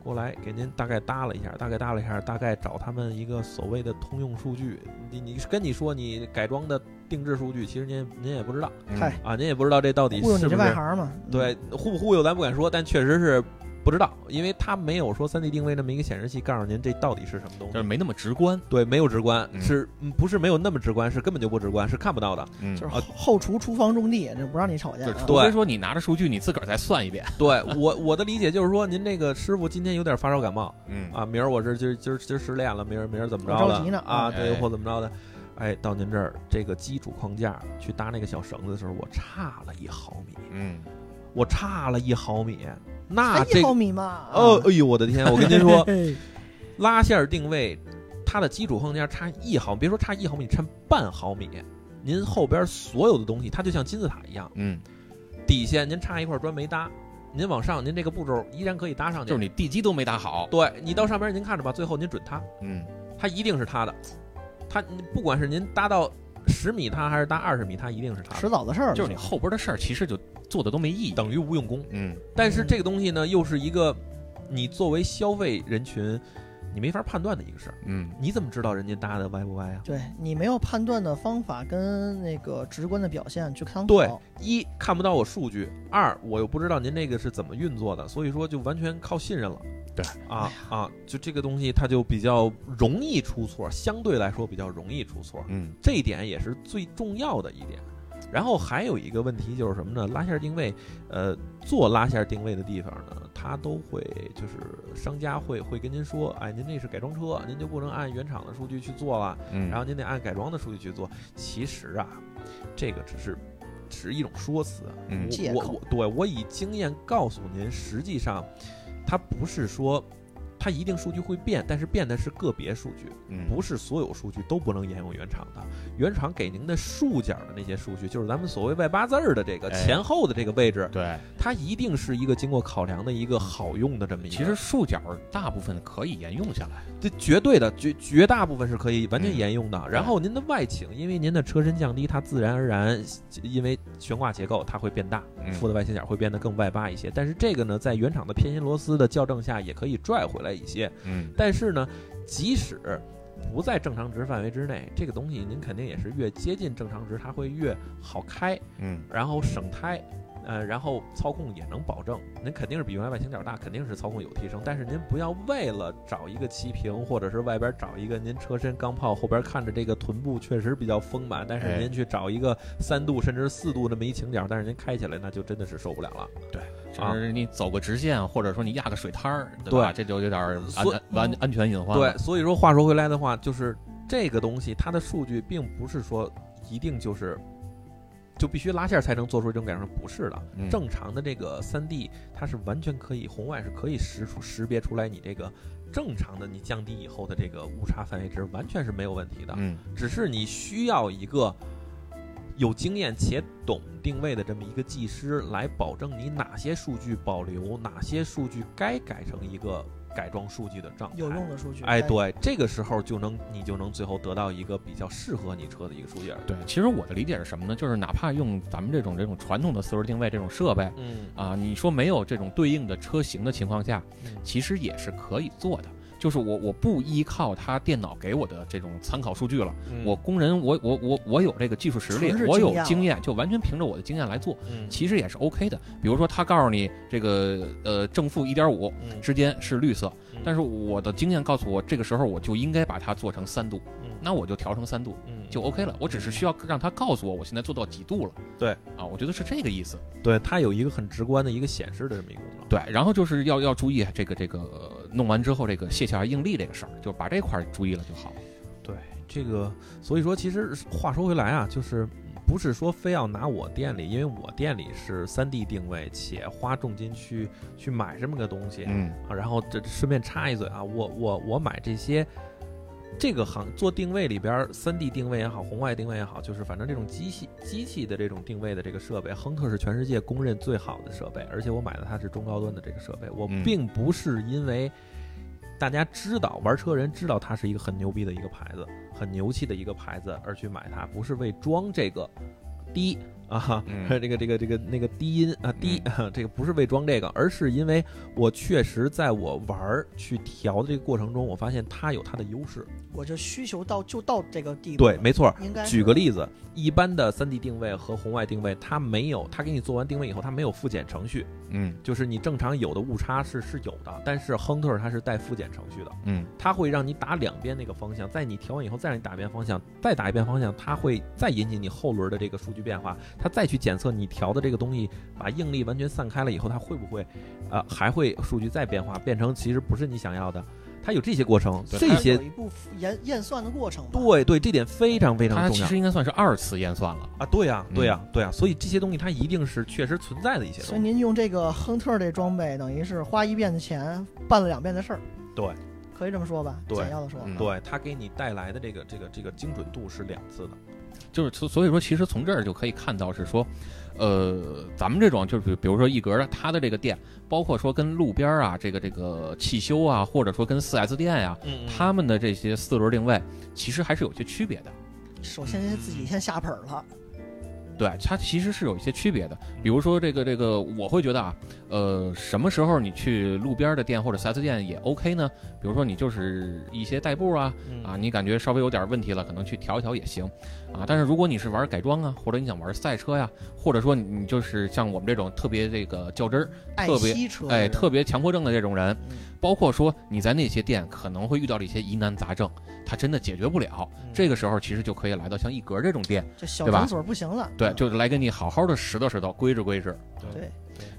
过来给您大概搭了一下，大概搭了一下，大概找他们一个所谓的通用数据。你你跟你说你改装的定制数据，其实您也您也不知道
嗨
啊，您也不知道这到底
忽悠
是
你
不
这外
是
行嘛？嗯，
对，忽不忽悠咱不敢说，但确实是不知道，因为它没有说三 D 定位那么一个显示器告诉您这到底是什么东
就是
西。
没那么直观。
对，没有直观，
嗯
是嗯不是没有那么直观？是根本就不直观，是看不 到的。
嗯
就是后后厨厨房种地，这不让你吵架
就
啊。
是除非说你拿着数据，你自个儿再算一遍。
对我我的理解就是说，您这个师傅今天有点发烧感冒
嗯
啊，明儿我这今儿今儿今儿失恋了，明儿明儿怎么着
我
了
着急呢
啊？对，
哎
或怎么着的。哎，到您这儿这个基础框架去搭那个小绳子的时候，我差了一毫米，
嗯，
我差了一毫米，那
才
这
一
个
毫哎米啊嘛？哎
哦，哎呦我的天！我跟您说，
嘿，
拉线儿定位，它的基础框架差一毫米，别说差一毫米，差半毫米，您后边所有的东西，它就像金字塔一样，
嗯，
底下您差一块砖没搭，您往上，您这个步骤依然可以搭上去。
就是你地基都没打好。
对你到上边，您看着吧，最后您准它，
嗯，
它一定是它的，它你不管是您搭到十米它还是搭二十米，它一定是它的，
迟早的事儿嘛。
就是你后边的事儿，其实就做的都没意义。
等于无用功。
嗯，
但是这个东西呢，又是一个你作为消费人群，你没法判断的一个事儿。
嗯
你怎么知道人家搭的歪不歪啊？
对你没有判断的方法跟那个直观的表现去参考。
对，一看不到我数据，二我又不知道您那个是怎么运作的，所以说就完全靠信任了。
对
啊啊，就这个东西它就比较容易出错，相对来说比较容易出错，
嗯，
这一点也是最重要的一点。然后还有一个问题就是什么呢？拉线定位，呃，做拉线定位的地方呢，它都会就是商家会会跟您说，哎，您这是改装车，您就不能按原厂的数据去做了，
嗯
然后您得按改装的数据去做。其实啊，这个只是只是一种说辞。啊
嗯
借
我
口
我对我以经验告诉您，实际上它不是说它一定数据会变，但是变的是个别数据，
嗯
不是所有数据都不能沿用原厂的。原厂给您的数件的那些数据，就是咱们所谓外八字儿的这个
哎
前后的这个位置，
对，
它一定是一个经过考量的一个好用的这么一个。
其实竖角大部分可以沿用下来。
这绝对的绝绝大部分是可以完全沿用的。
嗯对
然后您的外倾，因为您的车身降低，它自然而然因为悬挂结构它会变大，
嗯
副的外倾角会变得更外八一些。但是这个呢，在原厂的偏心螺丝的校正下，也可以拽回来一些。
嗯，
但是呢，即使不在正常值范围之内，这个东西您肯定也是越接近正常值，它会越好开，
嗯，
然后省胎。呃，然后操控也能保证，您肯定是比原来外倾角大，肯定是操控有提升。但是您不要为了找一个齐平，或者是外边找一个您车身钢炮后边看着这个臀部确实比较丰满，但是
哎
您去找一个三度甚至四度那么一倾角，但是您开起来那就真的是受不了了。
就是你走个直线，或者说你压个水滩儿，吧？这就有点儿安
所以
安安全隐患。
对，，所以说话说回来的话，就是这个东西，它的数据并不是说一定就是就必须拉线才能做出这种改装，不是的。
嗯
正常的这个三 D，它是完全可以红外是可以识出识别出来你这个正常的你降低以后的这个误差范围值，完全是没有问题的。
嗯
只是你需要一个有经验且懂定位的这么一个技师来保证你哪些数据保留，哪些数据该改成一个改装数据的状态。
有用的数据。
哎，，对，这个时候就能你就能最后得到一个比较适合你车的一个数据。
对，其实我的理解是什么呢？就是哪怕用咱们这种这种传统的四轮定位这种设备
嗯
啊，你说没有这种对应的车型的情况下，
嗯
其实也是可以做的。就是我我不依靠它电脑给我的这种参考数据了，
嗯
我工人我我我我有这个技术实力
纯是，
我有
经验
经
了
验，就完全凭着我的经验来做，
嗯
其实也是 OK 的。比如说他告诉你这个呃正负一点五
嗯
之间是绿色
嗯，
但是我的经验告诉我，这个时候我就应该把它做成三度，那我就调成三度，
嗯
就 OK 了。我只是需要让他告诉我我现在做到几度了。
对
啊，我觉得是这个意思。
对它有一个很直观的一个显示的这么一个功能。
对，然后就是要要注意这个这个呃弄完之后这个卸下应力这个事儿，就把这块儿注意了就好。
对，这个所以说，其实话说回来啊，就是不是说非要拿我店里，因为我店里是三 D 定位，且花重金去去买这么个东西。
嗯
啊，然后这顺便插一嘴啊，我我我买这些，这个行做定位里边，三 D 定位也好，红外定位也好，就是反正这种机器机器的这种定位的这个设备，亨特是全世界公认最好的设备，而且我买的它是中高端的这个设备，我
嗯
并不是因为大家知道玩车人知道它是一个很牛逼的一个牌子，很牛气的一个牌子而去买它，不是为装这个低啊，
嗯
这个这个这个那个低音啊低、 这个不是为装这个，而是因为我确实在我玩儿去调的这个过程中，我发现它有它的优势。
我这需求到就到这个地步。
对，，没错。
应该
举个例子，一般的 3D 定位和红外定位，它没有，它给你做完定位以后，它没有复检程序，
嗯
就是你正常有的误差是是有的，但是亨特它是带复检程序的，
嗯
它会让你打两遍那个方向，在你调完以后再让你打一遍方向，再打一遍方向，它会再引起你后轮的这个数据变化，它再去检测你调的这个东西把应力完全散开了以后，它会不会，呃，还会数据再变化，变成其实不是你想要的，它有这些过程，
对
这
它
些
有一步验验算的过程吧。
对对，这点非常非常
它
重
其
要
实应该算是二次验算了。
啊，对呀、对呀、
嗯
对呀、所以这些东西它一定是确实存在的一些
所
东
以
西，
您用这个亨特这装备，等于是花一遍的钱办了两遍的事儿。
对，
可以这么说吧，
对
简要的说。
嗯
对它给你带来的这个这个这个精准度是两次的，
就是所所以说，其实从这儿就可以看到是说，呃，咱们这种就是比比如说一格的，它的这个店，包括说跟路边儿啊，这个这个汽修啊，或者说跟 4S 店呀、
嗯
他们的这些四轮定位，其实还是有些区别的。
首先您自己先下本儿了，
对，它其实是有一些区别的。比如说这个这个，我会觉得啊，呃，什么时候你去路边儿的店或者 4S 店也 OK 呢？比如说你就是一些代步啊，
嗯
啊，你感觉稍微有点问题了，可能去调一调也行，啊，但是如果你是玩改装啊，或者你想玩赛车呀、或者说你你就是像我们这种特别这个较真儿，
爱
特别
惜车的人，
哎，特别强迫症的这种人
嗯，
包括说你在那些店可能会遇到的一些疑难杂症，他真的解决不了，
嗯
这个时候其实就可以来到像一格这种店，
这小
对吧
诊所不行了。
对，
嗯
就是来给你好好的拾掇拾掇，规制规制。
对，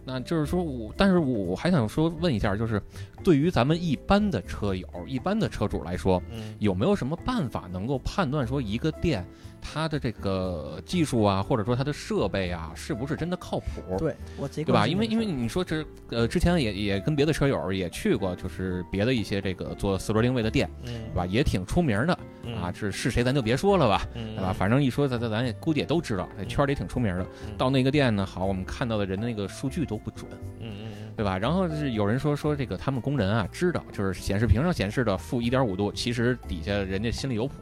那就是说我，但是我还想说问一下，就是对于咱们一般的车友、一般的车主来说，
嗯
有没有什么办法能够判断说一个店它的这个技术啊，或者说它的设备啊，是不是真的靠谱？
对我贼
哦对
关
吧？
心
因为
这
因
个
为
事儿
你说这呃，之前也也跟别的车友也去过，就是别的一些这个做四轮定位的店，
嗯
对吧？也挺出名的
嗯
啊，是是谁咱就别说了吧，
嗯
对吧？反正一说咱咱咱也估计也都知道，在圈里挺出名的
嗯。
到那个店呢，好，我们看到的人的那个数据都不准，
嗯
对吧？然后是有人说说这个他们工人啊，知道就是显示屏上显示的负一点五度，其实底下人家心里有谱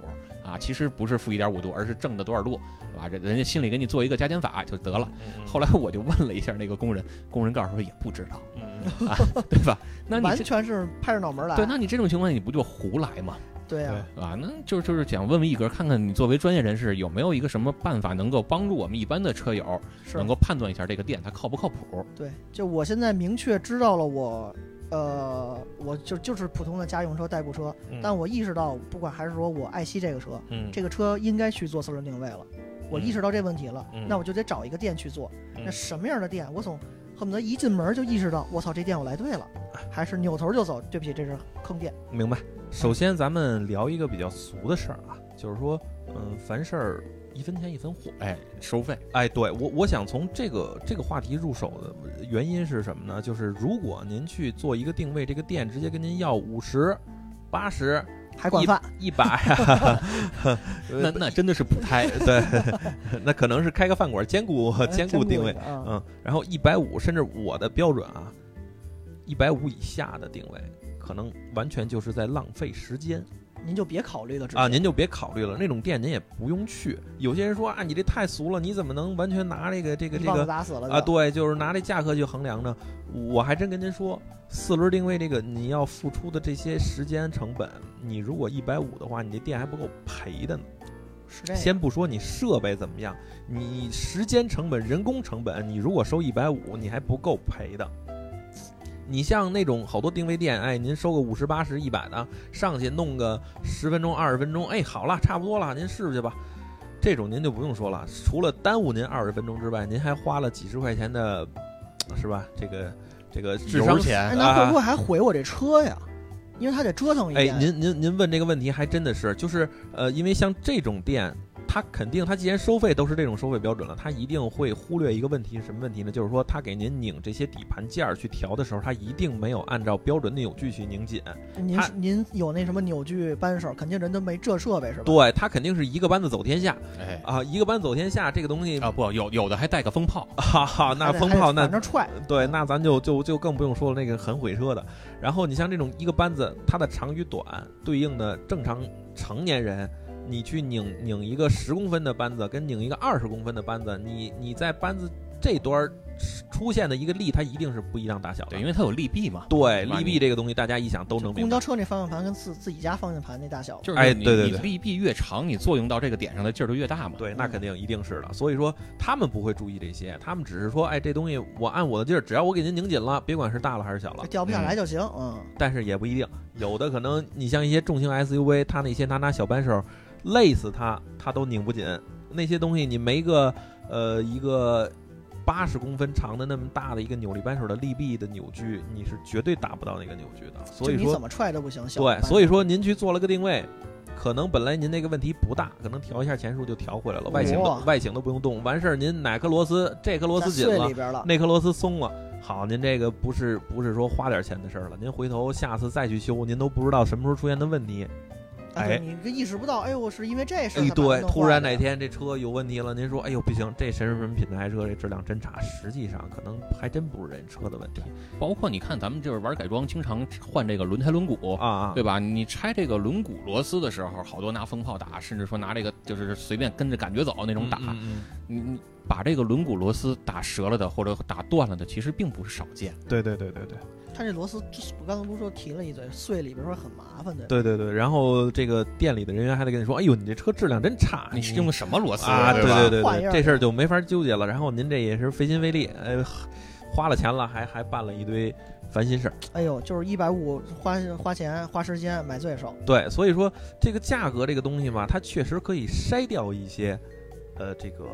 啊，其实不是负一点五度，而是正的多少度，对吧？人人家心里给你做一个加减法就得了。
嗯
后来我就问了一下那个工人，工人告诉我也不知道，
嗯
啊，对吧？那你
哦完
这
全是拍着脑门儿来。
对，那你这种情况你不就胡来吗？
对呀、
啊，那就就是想问问一格，看看你作为专业人士有没有一个什么办法能够帮助我们一般的车友
是
能够判断一下这个店它靠不靠谱？
对，就我现在明确知道了我，呃，我就就是普通的家用车、代步车，
嗯
但我意识到，不管还是说我爱惜这个车，
嗯
这个车应该去做四轮定位了。我意识到这问题了，
嗯
那我就得找一个店去做。
嗯
那什么样的店？我从恨不得一进门就意识到，我操，这店我来对了，
哎
还是扭头就走？对不起，这是坑店。
明白。首先，咱们聊一个比较俗的事儿啊，就是说，嗯，凡事儿一分钱一分货。
哎，收费，
哎，对我，我想从这个这个话题入手的原因是什么呢？就是如果您去做一个定位，这个店直接跟您要五十、八十、
还管饭，
一百，
那那真的是补胎，
对，那可能是开个饭馆兼顾
呃
兼顾定位，
啊、
嗯，然后一百五，甚至我的标准啊，一百五以下的定位，可能完全就是在浪费时间
您就别考虑了，直接
啊，您就别考虑了，那种店您也不用去。有些人说啊，你这太俗了，你怎么能完全拿这个这个
一
这
棒子
个
打死了
啊，
就，
对，就是拿这价格去衡量呢。我还真跟您说，四轮定位这个你要付出的这些时间成本，你如果一百五的话，你这店还不够赔的呢。
是这样。
先不说你设备怎么样，你时间成本、人工成本，你如果收一百五，你还不够赔的。你像那种好多定位店，哎，您收个五十、八十、一百的，上去弄个十分钟、二十分钟，哎，好了，差不多了，您试试去吧。这种您就不用说了，除了耽误您二十分钟之外，您还花了几十块钱的，是吧？这个这个智商
油钱
哎，
啊
那会不会还毁我这车呀？因为他得折腾一
哎
遍。，
您您您问这个问题还真的是，就是呃，因为像这种店，它肯定它既然收费都是这种收费标准了，它一定会忽略一个问题，是什么问题呢？就是说它给您拧这些底盘件儿去调的时候，它一定没有按照标准的扭矩去拧紧，
您
他
是您有那什么扭矩扳手，肯定人都没这设备是吧？
对，它肯定是一个班子走天下
哎
啊，一个班走天下这个东西，
啊不，有有的还带个风炮，
哈哈，那
哦还得
风
哎还得
炮那
反正踹，
对，那咱就就就更不用说了，那个很毁车的。然后你像这种一个班子，它的长与短对应的正常成年人，你去拧拧一个十公分的班子，跟拧一个二十公分的班子，你你在班子这端儿出现的一个力，它一定是不一样大小的
对，因。为它有利弊嘛，
对，
对吧你
力臂这个东西，大家一想都能明
公
白
交。车那方向盘跟自自己家方向盘那大小，
就是
哎
你
对对对
你利弊越长，你作用到这个点上的劲儿就越大嘛。
对，那肯定一定是的。所以说他们不会注意这些，他们只是说，哎，这东西我按我的劲儿，只要我给您拧紧了，别管是大了还是小了
就，掉不下来就行。嗯，
但是也不一定，有的可能你像一些重型 SUV，它那些拿拿小扳手累死它，它都拧不紧。那些东西你没个呃一个八十公分长的那么大的一个扭力扳手的力臂的扭矩，你是绝对达不到那个扭矩的。所以
就你怎
说，
么踹都不行。小
对，
班
所以说您去做了个定位。可能本来您那个问题不大，可能调一下钱数就调回来了，外形都
哇
外形都不用动，完事儿您哪颗螺丝这颗螺丝
在
紧
碎
了，
里边了，
那颗螺丝松了。好，您这个不是不是说花点钱的事儿了，您回头下次再去修，您都不知道什么时候出现的问题。
啊对
哎
你这意识不到，哎呦，我是因为这事儿才
哎，
把它弄坏
对
的。，
突然哪天这车有问题了，您说，哎呦不行，这什么什么品牌车这质量真差，实际上可能还真不是人车的问题
包括你看咱们就是玩改装，经常换这个轮胎轮毂。
啊啊
对。吧？你拆这个轮毂螺丝的时候，好多拿风炮打，甚至说拿这个就是随便跟着感觉走那种打。
嗯嗯
你你把这个轮毂螺丝打折了的或者打断了的，其实并不是少见。
嗯对对对对对
他这螺丝，就是我刚才不是说提了一嘴，碎里边说很麻烦的。
对对对，然后这个店里的人员还得跟你说，哎呦，你这车质量真差，
你是用的什么螺丝
哎啊，对
对吧
对
换一
对，
样
这事儿就没法纠结了。然后您这也是费心费力，呃，花了钱了，还还办了一堆烦心事儿。
哎呦，就是一百五花花钱花时间买罪受，
对，所以说这个价格这个东西嘛，它确实可以筛掉一些呃这个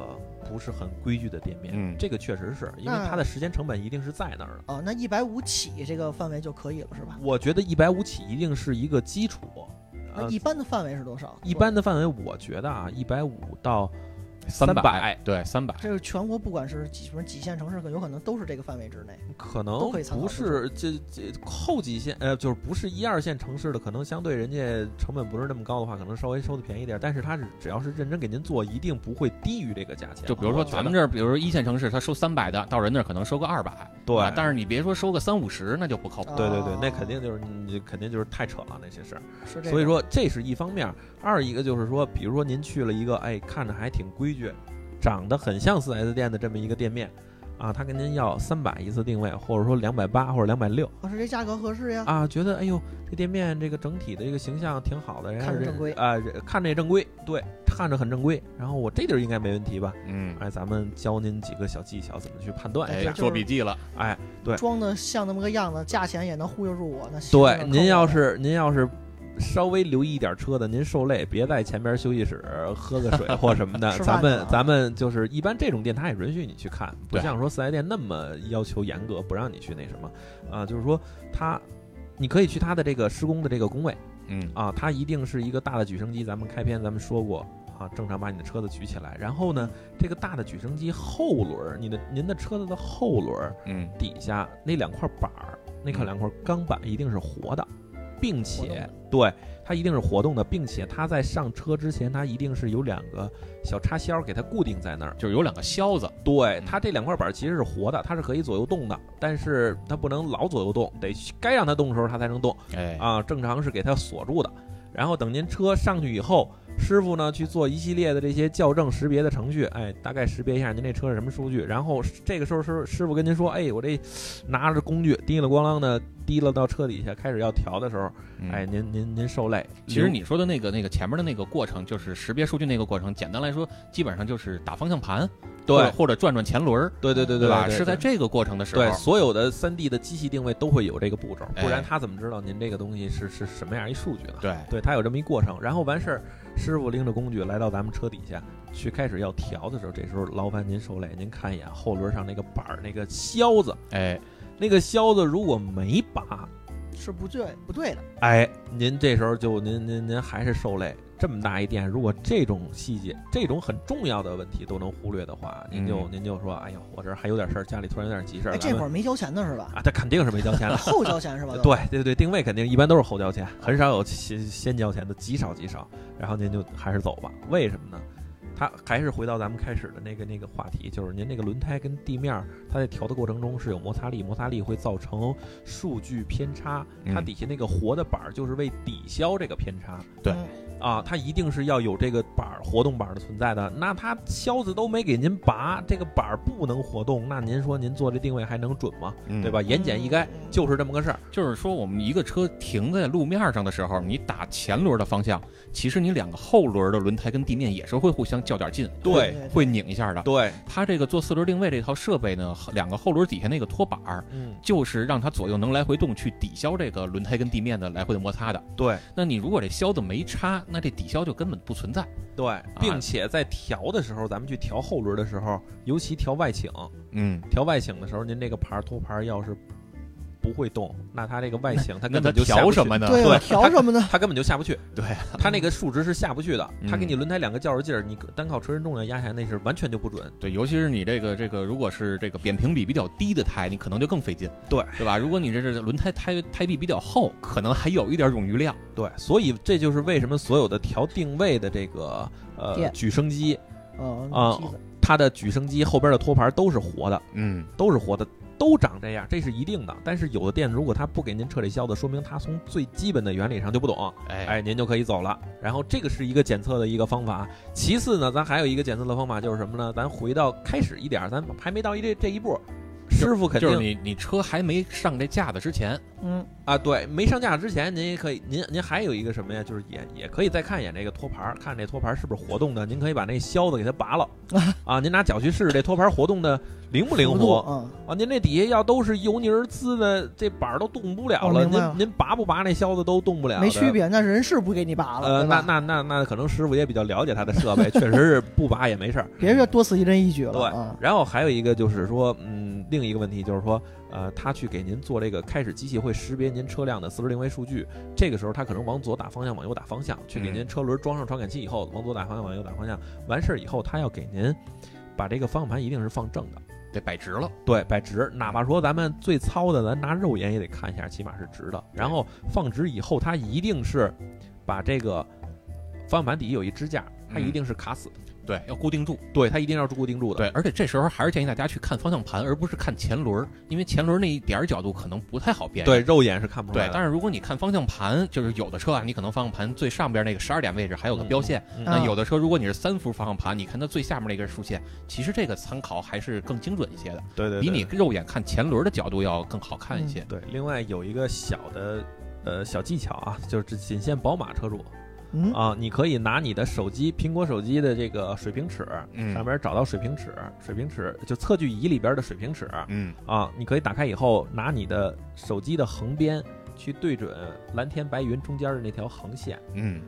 不是很规矩的店面，
嗯
这个确实是因为
那
它的时间成本一定是在那儿的。
哦，那一百五起这个范围就可以了，是吧？
我觉得一百五起一定是一个基础，
那
呃，
一般的范围是多少？
一般的范围，我觉得啊，一百五到
三
百，
对，三百，
这个全国不管是几什么几线城市，可有可能都是这个范围之内。
可能
都可以参考
不是这这后几线，呃，就是不是一二线城市的，可能相对人家成本不是那么高的话，可能稍微收的便宜点儿。但是它是只要是认真给您做，一定不会低于这个价钱。
就比如说
我觉得
咱们这儿，比如说一线城市，他收三百的，到人那儿可能收个二百，
对
啊但是你别说收个三五十，那就不靠谱。
对对对
啊，
那肯定就是你肯定就是太扯了那些事儿。
是这个。
所以，说这是一方面儿，二一个就是说，比如说您去了一个哎看着还挺规矩，长得很像四 S 店的这么一个店面，啊，他跟您要三百一次定位，或者说两百八或者两百六
我说啊这价格合适呀。
啊，觉得哎呦这店面这个整体的这个形象挺好的，人家
看着
人
正规
啊、人看着也正规，对，看着很正规，然后我这地儿应该没问题吧？
嗯，
哎，咱们教您几个小技巧，怎么去判断一
哎，
下。
做笔记了，
哎，对
装的像那么个样子，价钱也能忽悠住我。那行那
对，
扣
您
我
要
吧
是您要是稍微留意一点车的，您受累，别在前边休息室喝个水或什么的。
吃饭
咱
呢
们
啊
咱们就是一般这种店，他也允许你去看，不
对
像说四 S 店那么要求严格，不让你去那什么啊、就是说他。你可以去他的这个施工的这个工位
嗯，
啊，它一定是一个大的举升机。咱们开篇咱们说过啊，正常把你的车子举起来，然后呢，这个大的举升机后轮儿，你的您的车子的后轮儿
嗯，
底下那两块板儿，那
嗯
块两块钢板一定是活的，并且
的
对它一定是活动的，并且它在上车之前，它一定是有两个小插销给它固定在那儿。
就是有两个销子，
对
嗯
它这两块板儿其实是活的，它是可以左右动的，但是它不能老左右动，得该让它动的时候它才能动
哎，
啊。正常是给它锁住的，然后等您车上去以后。师傅呢去做一系列的这些校正识别的程序，哎，大概识别一下您这车是什么数据，然后这个时候师师傅跟您说，哎，我这拿着工具滴了咣啷的滴了到车底下，开始要调的时候，
嗯
哎，您您您受累。
其实你说的那个那个前面的那个过程，就是识别数据那个过程，简单来说，基本上就是打方向盘，或者
对
或者转转前轮儿，
对对对对
吧？
对
是在这个过程的时候
对，所有的三 D 的机器定位都会有这个步骤，不
哎
然他怎么知道您这个东西是是什么样一数据呢？
对，
对，它有这么一过程，然后完事儿，师傅拎着工具来到咱们车底下去开始要调的时候，这时候劳烦您受累，您看一眼后轮上那个板儿那个销子，
哎，
那个销子如果没拔，
是不对不对的，
哎，您这时候就您您您还是受累。这么大一店，如果这种细节、这种很重要的问题都能忽略的话，您就、
嗯
您就说，哎呦，我这儿还有点事儿，家里突然有点急事儿，
哎，
咱
这
们
会儿没交钱的是吧？。
啊，他肯定是没交钱了
后交钱是吧？都
啊对对对，定位肯定一般都是后交钱，很少有先先交钱的，极少极少。然后您就还是走吧，为什么呢？他还是回到咱们开始的那个那个话题，就是您那个轮胎跟地面儿，它在调的过程中是有摩擦力，摩擦力会造成数据偏差。它
嗯
底下那个活的板儿就是为抵消这个偏差
对
嗯
啊，它一定是要有这个板儿活动板儿的存在的。那它销子都没给您拔，这个板儿不能活动，那您说您做这定位还能准吗？
嗯
对吧？？言简意赅，
嗯
就是这么个事儿。
就是说，我们一个车停在路面上的时候，你打前轮的方向，其实你两个后轮的轮胎跟地面也是会互相较点劲，
对
会拧一下的。
对，
它这个做四轮定位这套设备呢，两个后轮底下那个托板儿，
嗯，
就是让它左右能来回动，去抵消这个轮胎跟地面的来回的摩擦的。
对
那你如果这销子没插，那这抵消就根本不存在。
对，
啊
并且在调的时候，咱们去调后轮的时候，尤其调外倾，
嗯，
调外倾的时候，您这个牌儿托牌儿要是不会动，那它这个外 倾它
那
根
它
本就下
调
不去
什么？呢？
对我调什么 呢？
它根本就下不去，
对
它那个数值是下不去的，它给
嗯
你轮胎两个较着劲儿，你单靠车身重量压下来，那是完全就不准。
对，尤其是你这个这个，如果是这个扁平比比较低的胎，你可能就更费劲，
对
对吧？如果你这是轮胎胎胎壁比较厚，可能还有一点冗余量。
对，所以这就是为什么所有的调定位的这个呃
电
举升机，
哦
啊
梯子
它的举升机后边的托盘儿都是活的，
嗯，
都是活的，都长这样，这是一定的。但是有的店如果他不给您彻底消的，说明他从最基本的原理上就不懂，
哎，
哎，您就可以走了。然后这个是一个检测的一个方法。其次呢，咱还有一个检测的方法就是什么呢？咱回到开始一点儿，咱还没到一这这一步，师傅肯
就是
定
你你车还没上这架子之前，
嗯，
啊，对，没上架之前，您也可以，您您还有一个什么呀？就是也也可以再看一眼这个托盘儿，看这托盘儿是不是活动的。您可以把那销子给它 拔了啊，您拿脚去试试这托盘儿活动的灵不灵
幅度
活
嗯，
啊。您这底下要都是油泥儿滋的，这板儿都动不了
哦
了，
明白了
您您拔不拔那销子都动不了，
没区。别，那人是不给你拔了，
呃，
对
那
吧？
那那那可能师傅也比较了解他的设备，确实是不拔也没事儿。
别是多此一针一举了
对
啊。
然后还有一个就是说，嗯，另一个问题就是说，呃，他去给您做这个开始，机器会识别您车辆的四轮定位数据，这个时候他可能往左打方向，往右打方向，去给您车轮装上传感器以后，往左打方向，往右打方向，完事儿以后，他要给您把这个方向盘一定是放正的，
得摆直了。
对，摆直，哪怕说咱们最糙的，咱拿肉眼也得看一下，起码是直的。然后放直以后，它一定是把这个方向盘底下有一支架，它一
嗯
定是卡死的，
对，要固定住。
对，它一定要固定住的。
对，而且这时候还是建议大家去看方向盘，而不是看前轮儿，因为前轮那一点儿角度可能不太好辨认。
对，肉眼是看不出来
对
的。，
但是如果你看方向盘，就是有的车啊，你可能方向盘最上边那个十二点位置还有个标线，
嗯，嗯
啊
那有的车如果你是三幅方向盘，你看它最下面那根竖线，其实这个参考还是更精准一些的，
对对，
比
对
你肉眼看前轮的角度要更好看一些。
对。另外有一个小的呃小技巧啊，就是只仅限宝马车主
嗯，
啊，你可以拿你的手机苹果手机的这个水平尺，
嗯
上边找到水平尺，水平尺就测距仪里边的水平尺
嗯，
啊，你可以打开以后拿你的手机的横边去对准蓝天白云中间的那条横线。
嗯，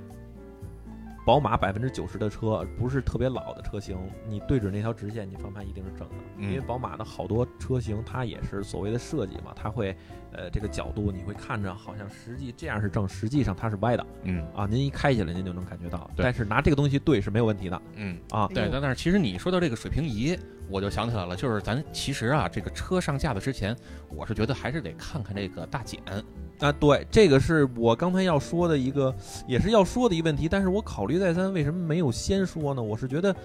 宝马百分之九十的车不是特别老的车型，你对准那条直线，你方向盘一定是正的，
嗯
因为宝马的好多车型它也是所谓的设计嘛，它会，呃，这个角度你会看着好像实际这样是正，实际上它是歪的
嗯
啊。您一开起来您就能感觉到，
对
但是拿这个东西对是没有问题的
嗯，
哎
啊。
对。但但是其实你说到这个水平仪，我就想起来了，就是咱其实啊，这个车上架子之前，我是觉得还是得看看这个大检。
啊，对，这个是我刚才要说的一个，也是要说的一个问题，但是我考虑再三，为什么没有先说呢？我是觉得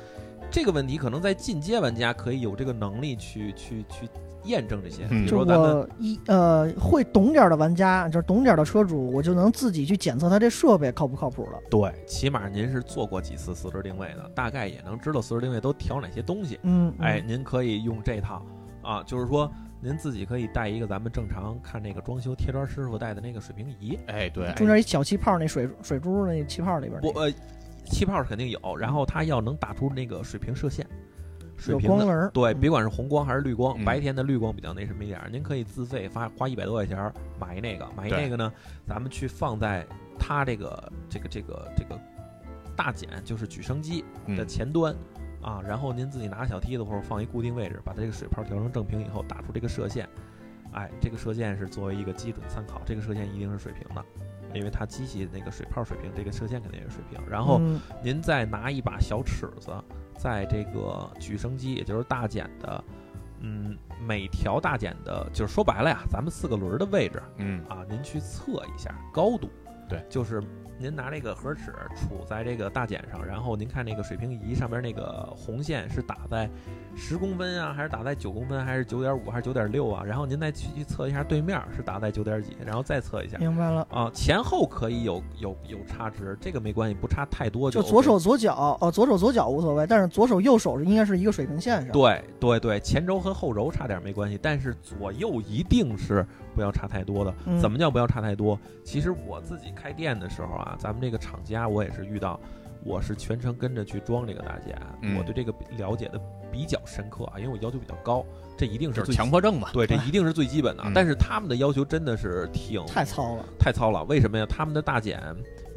这个问题可能在进阶玩家可以有这个能力去去去验证这些，
嗯
比如
就
说咱们。
我一呃会懂点儿的玩家，就是懂点儿的车主，我就能自己去检测他这设备靠不靠谱了。
对，起码您是做过几次四轮定位的，大概也能知道四轮定位都调哪些东西。
嗯，嗯
哎，，您可以用这套啊，就是说您自己可以带一个咱们正常看那个装修贴砖师傅带的那个水平仪，
哎，对，
嗯中间一小气泡那水水珠那气泡里边儿
不
那个
呃，气泡是肯定有，然后它要能打出那个水平射线，水
有
平
光
的
棱儿，
对，
嗯
别管是红光还是绿光，
嗯
白天的绿光比较那什么一点儿，您可以自费花花一百多块钱儿买那个，买
对
那个呢，咱们去放在它这个这个这个这个大检，就是举升机的
嗯
前端。啊，然后您自己拿小梯子或者放一固定位置，把它这个水泡调成正平以后，打出这个射线，哎，这个射线是作为一个基准参考，这个射线一定是水平的，因为它机器那个水泡水平，这个射线肯定也是水平。然后
嗯
您再拿一把小尺子，在这个举升机，也就是大减的，嗯，每条大减的，就是说白了呀，咱们四个轮儿的位置
嗯
啊，您去测一下高度。
对，
就是您拿这个盒尺杵在这个大减上，然后您看那个水平仪上边那个红线是打在十公分啊，还是打在九公分，还是九点五，还是九点六啊？然后您再去去测一下对面是打在九点几，然后再测一下。
明白了。
啊，前后可以有有有差值，这个没关系，不差太多
就
OK
左手左脚，哦，左手左脚无所谓，但是左手右手是应该是一个水平线上。，
对对对，前轴和后轴差点没关系，但是左右一定是不要差太多的。
嗯
怎么叫不要差太多？其实我自己开店的时候啊，咱们这个厂家我也是遇到，我是全程跟着去装这个大检，
嗯
我对这个了解的比较深刻啊，因为我要求比较高，这一定是
就是
最
强
基
迫症嘛。
对，这一定是最基本的啊。
嗯
但是他们的要求真的是挺
太糙了。
太糙了，为什么呀？他们的大检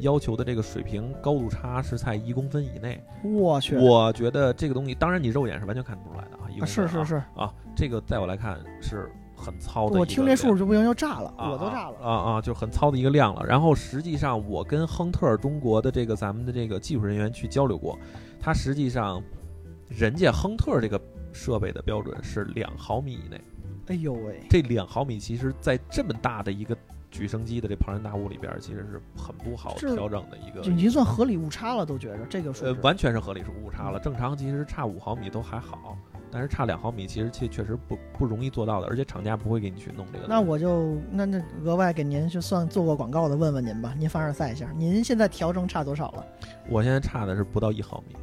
要求的这个水平高度差是在一公分以内，
我去，
我觉得这个东西，当然你肉眼是完全看不出来的啊，一公
啊
分
是
啊
是是，
啊，这个在我来看是很糙的一个量。
我听这数就不行，就炸了，
啊，
我都炸了。
啊啊，就很糙的一个量了。然后实际上，我跟亨特尔中国的这个咱们的这个技术人员去交流过，他实际上人家亨特尔这个设备的标准是两毫米以内，
哎呦喂，
这两毫米其实在这么大的一个举升机的这庞然大物里边儿，其实是很不好
这
调整的一个
就已经算合理误差了，都觉着这个数
呃
值，
完全是嗯合理是误差了。正常其实差五毫米都还好，但是差两毫米其实确确实不不容易做到的，而且厂家不会给你去弄这个东西。
那我就那那额外给您就算做过广告的，问问您吧，您凡尔赛一下，您现在调整差多少了？
我现在差的是不到一毫米。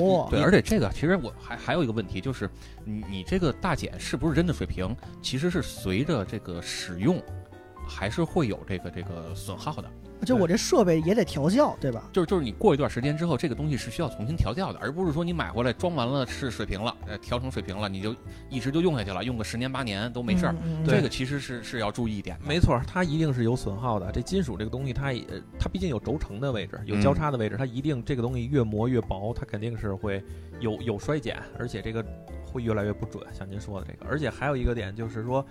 哇，
啊
对，而且这个其实我还还有一个问题，就是你你这个大减是不是真的水平，其实是随着这个使用还是会有这个这个损耗的。
就我这设备也得调校，对吧？
就是就是你过一段时间之后，这个东西是需要重新调校的，而不是说你买回来装完了是水平了，呃，调成水平了，你就一直就用下去了，用个十年八年都没事儿。
嗯，嗯嗯
这个其实是是要注意一点的。
没错，它一定是有损耗的。这金属这个东西它，也呃它毕竟有轴承的位置，有交叉的位置，它一定这个东西越磨越薄，它肯定是会有有衰减，而且这个会越来越不准。像您说的这个，而且还有一个点就是说，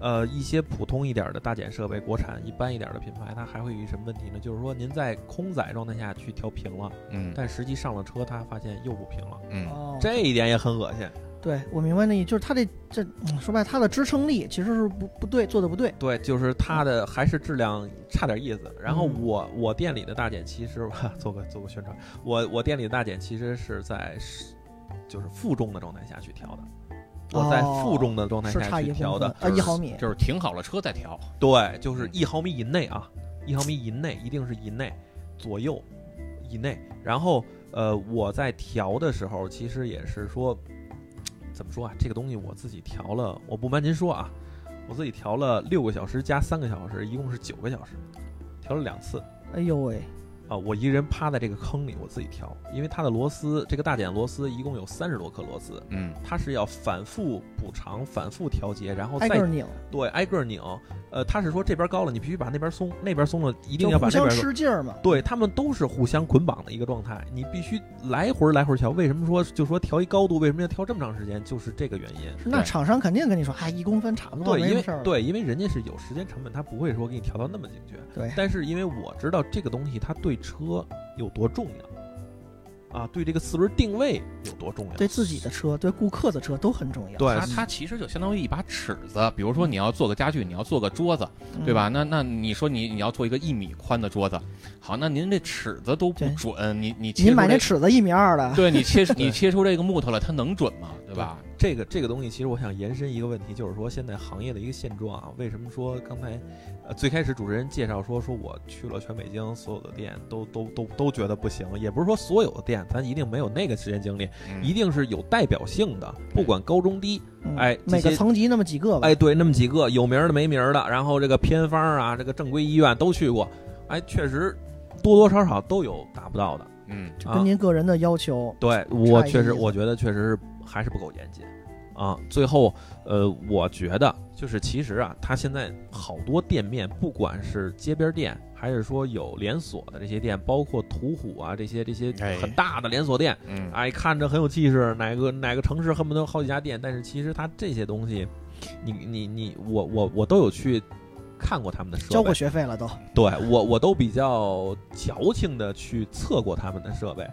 呃，一些普通一点的大检设备，国产一般一点的品牌，它还会有一什么问题呢？就是说您在空载状态下去调平了，
嗯
但实际上了车，它发现又不平了，
嗯，
哦，
这一点也很恶心。
对我明白那意，就是它这这嗯说白了，它的支撑力其实是不不对，做的不对。
对，就是它的还是质量差点意思。然后
嗯
我我店里的大检其实做个做个宣传，我我店里的大检其实是在是就是负重的状态下去调的，我在
哦
负重的状态
是差
下
一
去调
公
的
分，，呃，一毫米，
就是停好了车再调。
对，就是一毫米以内啊，一毫米以内一定是以内左右以内。然后呃，我在调的时候，其实也是说，怎么说啊？这个东西我自己调了，我不瞒您说啊，我自己调了六个小时加三个小时，一共是九个小时，调了两次。
哎呦喂，
啊，我一个人趴在这个坑里，我自己调，因为它的螺丝，这个大检螺丝一共有三十多颗螺丝，
嗯，
它是要反复补偿、反复调节，然后
挨
再
个儿拧，
对，挨个儿拧。呃，他是说这边高了，你必须把那边松，那边松了，一定
就
要把
互
那
相
边。
吃劲儿嘛。
对他们都是互相捆绑的一个状态，你必须来回来回调。为什么说就说调一高度，为什么要调这么长时间？就是这个原因。
是那
对
厂商肯定跟你说，哎，一公分差不多，
对，
没
因
什
为
么事儿。
对，因为人家是有时间成本，他不会说给你调到那么精确。
对
但是因为我知道这个东西它对车有多重要，啊，对这个四轮定位有多重要。
对自己的车、对顾客的车都很重要，
对
它它其实就相当于一把尺子，比如说你要做个家具，你要做个桌子，
嗯
对吧？？那那你说你你要做一个一米宽的桌子，好，那您这尺子都不
对
准，你你切
你买
出
那
这
尺子一米二的，
对你切你切出这个木头来，它能准吗？对吧？
这个这个东西，其实我想延伸一个问题，就是说现在行业的一个现状啊。为什么说刚才，呃，最开始主持人介绍说说我去了全北京所有的店，都都都都觉得不行，也不是说所有的店，咱一定没有那个时间精力，
嗯
一定是有代表性的，不管高中低，
嗯
哎这
每个
些
层级那么几个吧。
哎，对，那么几个有名儿的没名儿的，然后这个偏方啊，这个正规医院都去过，哎，确实多多少少都有达不到的。
嗯，
就
啊
跟您个人的要求，
对我
差异
确
意
实，
思
我觉得确实是还是不够严谨啊。最后，呃，我觉得就是其实啊，它现在好多店面，不管是街边店，还是说有连锁的这些店，包括途虎啊这些这些
哎
很大的连锁店，
嗯
哎，看着很有气势，哪个哪个城市恨不得有好几家店，但是其实它这些东西，你你你，我我我都有去看过他们的设备，
交过学费了都。
对我我都比较矫情的去测过他们的设备，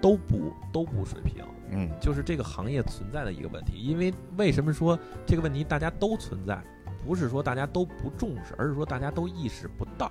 都不都不水平，
嗯
就是这个行业存在的一个问题。因为为什么说这个问题大家都存在，不是说大家都不重视，而是说大家都意识不到。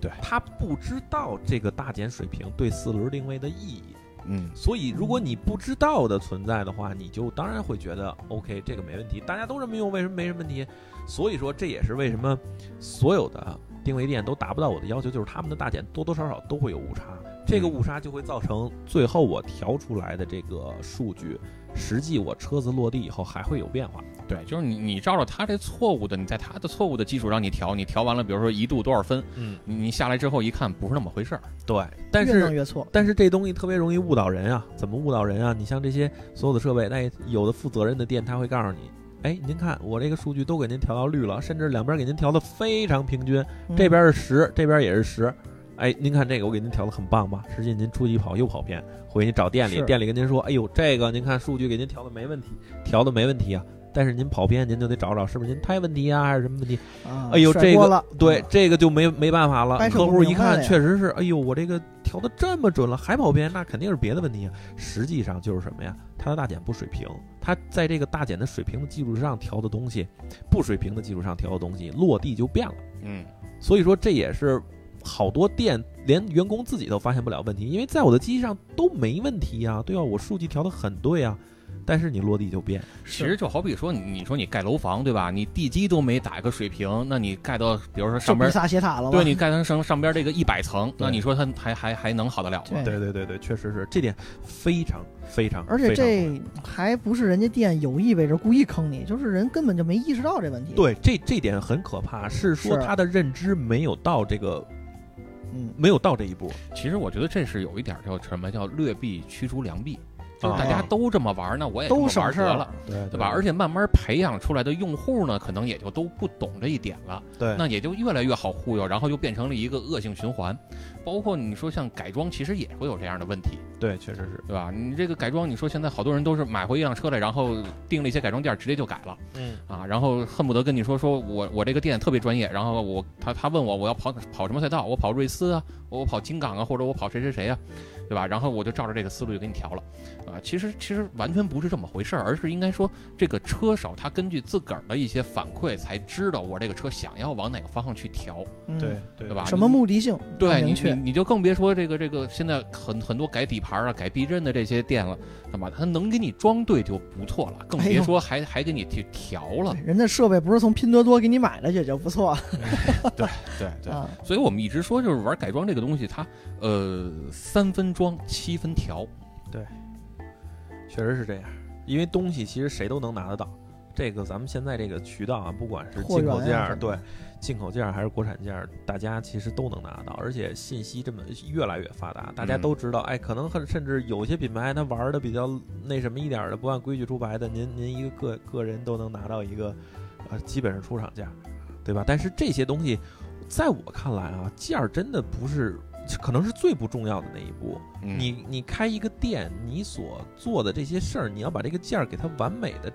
对
他不知道这个大减水平对四轮定位的意义，
嗯
所以如果你不知道的存在的话，你就当然会觉得 OK，这个没问题，大家都这么用，为什么没什么问题？所以说这也是为什么所有的定位店都达不到我的要求，就是他们的大减多多少少都会有误差，这个误差就会造成最后我调出来的这个数据，实际我车子落地以后还会有变化。
对，就是你你照着他这错误的，你在他的错误的基础上你调，你调完了，比如说一度多少分，
嗯，
你你下来之后一看不是那么回事儿。
对，但
越弄
是。
越错，嗯
但是这东西特别容易误导人啊！怎么误导人啊？你像这些所有的设备，那有的负责任的店他会告诉你，哎，您看我这个数据都给您调到绿了，甚至两边给您调的非常平均，
嗯
这边是十，这边也是十。哎，您看这个，我给您调的很棒吧？实际您出去跑又跑偏，回去找店里
是，
店里跟您说，哎呦，这个您看数据给您调的没问题，调的没问题啊。但是您跑偏，您就得找找是不是您胎问题啊，还是什么问题？
啊
哎呦，
甩
这
锅
个
了
对，这个就没没办法了
嗯掰。扯
客
不
户一
明白
看，
了呀
确实是，哎呦，我这个调的这么准了，还跑偏，那肯定是别的问题啊。实际上就是什么呀？它的大减不水平，它在这个大减的水平的基础上调的东西，不水平的基础上调的东西，落地就变了。
嗯
所以说这也是好多店连员工自己都发现不了问题，因为在我的机器上都没问题呀、对吧、我数据调的很对啊，但是你落地就变。
嗯
其实就好比说，你你说你盖楼房对吧？你地基都没打一个水平，那你盖到比如说
就
上
比
边，
萨斜塔了吧？
对你盖成上上边这个一百层，那
对
你说它还还还能好得了吗？
对
对对对对，确实是这点非常非常，
而且
非常
这还不是人家店有意为之故意坑你，就是人根本就没意识到这问题。，
对这这点很可怕，是说
是
他的认知没有到这个
嗯，
没有到这一步，
其实我觉得这是有一点叫什么叫劣币驱逐良币，就是
啊
大家都这么玩儿，那我也
都
这么玩
省
儿
事
得
儿
了。，
对
对吧？而且慢慢培养出来的用户呢，可能也就都不懂这一点了，
对
那也就越来越好忽悠，然后就变成了一个恶性循环。包括你说像改装，其实也会有这样的问题，
对，确实是，
对吧？你这个改装，你说现在好多人都是买回一辆车来，然后订了一些改装店，直接就改了
嗯
啊，然后恨不得跟你说说我我这个店特别专业，然后我他他问我我要跑跑什么赛道，我跑瑞思啊，我跑金港啊，或者我跑谁谁谁啊，对吧？然后我就照着这个思路就给你调了，啊，其实其实完全不是这么回事儿，而是应该说这个车手他根据自个儿的一些反馈才知道我这个车想要往哪个方向去调，
嗯，
对
对吧？
什么目的性？
对
很
你
明
你
确，
你就更别说这个这个现在很很多改底盘啊、改避震的这些店了，对吧？他能给你装对就不错了，更
哎呦
别说还、还给你去调了。
人家设备不是从拼多多给你买的也就不错了
对对，
啊。
所以我们一直说就是玩改装这个东西，它呃三分装七分调，
确实是这样，因为东西其实谁都能拿得到。这个咱们现在这个渠道啊，不管是
货
进
源啊
口件儿、
什么
对
的
进口件儿还是国产件儿，大家其实都能拿得到，而且信息这么越来越发达，大家
嗯
都知道。哎，可能很甚至有些品牌它玩的比较那什么一点儿的，不按规矩出牌的，您您一个个个人都能拿到一个，呃，基本上出厂价儿，对吧？但是这些东西，在我看来啊，件儿真的不是，可能是最不重要的那一步。
嗯、
你你开一个店，你所做的这些事儿，你要把这个件儿给它完美的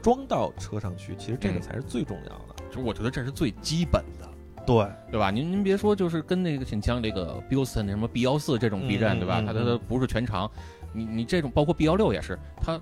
装到车上去，其实这个
嗯
才是最重要的。
就我觉得这是最基本的。
对，
对吧？您您别说，就是跟那个你像这个 b u s o n 什么 B 幺四这种
嗯
B 站，对吧？
嗯
它
嗯
它它不是全长，你你这种包括 B 幺六也是，它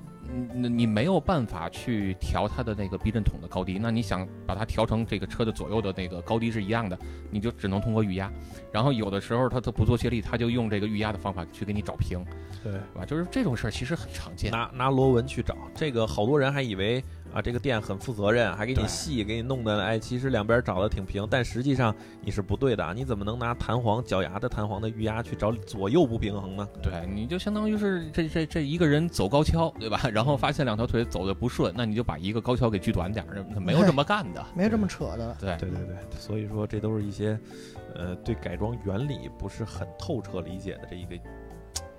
你你没有办法去调它的那个避震筒的高低，那你想把它调成这个车的左右的那个高低是一样的，你就只能通过预压。然后有的时候它它不做接力，它就用这个预压的方法去给你找平，
对，
对吧？就是这种事儿其实很常见。
拿拿螺纹去找这个，好多人还以为啊，这个店很负责任，还给你
对
细，给你弄的，哎，其实两边找的挺平，但实际上你是不对的啊，你怎么能拿弹簧脚牙的弹簧的预压去找左右不平衡呢？
对，哎你就相当于是这这这一个人走高跷，对吧？ 然后发现两条腿走的不顺，那你就把一个高跷给锯短点儿，那没有这么干的。
没有这么扯的，
对，
对对对，所以说这都是一些，呃，对改装原理不是很透彻理解的这一个，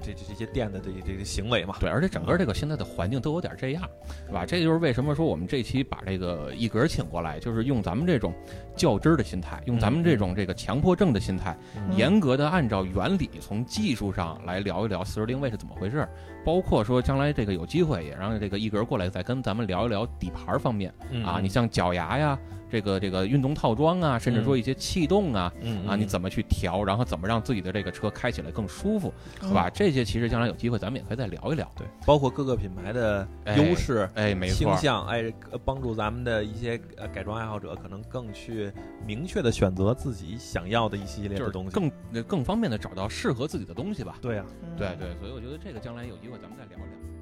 这这这些店的这这这行为嘛。
对，而且整个这个现在的环境都有点这样，对吧？这就是为什么说我们这期把这个一格请过来，就是用咱们这种较真儿的心态，用咱们这种这个强迫症的心态，
嗯
严格的按照原理从技术上来聊一聊四十定位是怎么回事儿，包括说将来这个有机会也让这个一格过来再跟咱们聊一聊底盘儿方面
嗯
啊，你像脚牙呀，这个这个运动套装啊，甚至说一些气动啊。
嗯
啊，你怎么去调，然后怎么让自己的这个车开起来更舒服，对吧？这些其实将来有机会咱们也可以再聊一聊。
对，包括各个品牌的优势、
哎，没错
倾
儿，
向，哎，呃帮助咱们的一些呃改装爱好者，可能更去明确的选择自己想要的一系列
就是
的
呃
东西。
更更方便的找到适合自己的东西吧。
对啊，
嗯
对对，所以我觉得这个将来有机会咱们再聊一聊。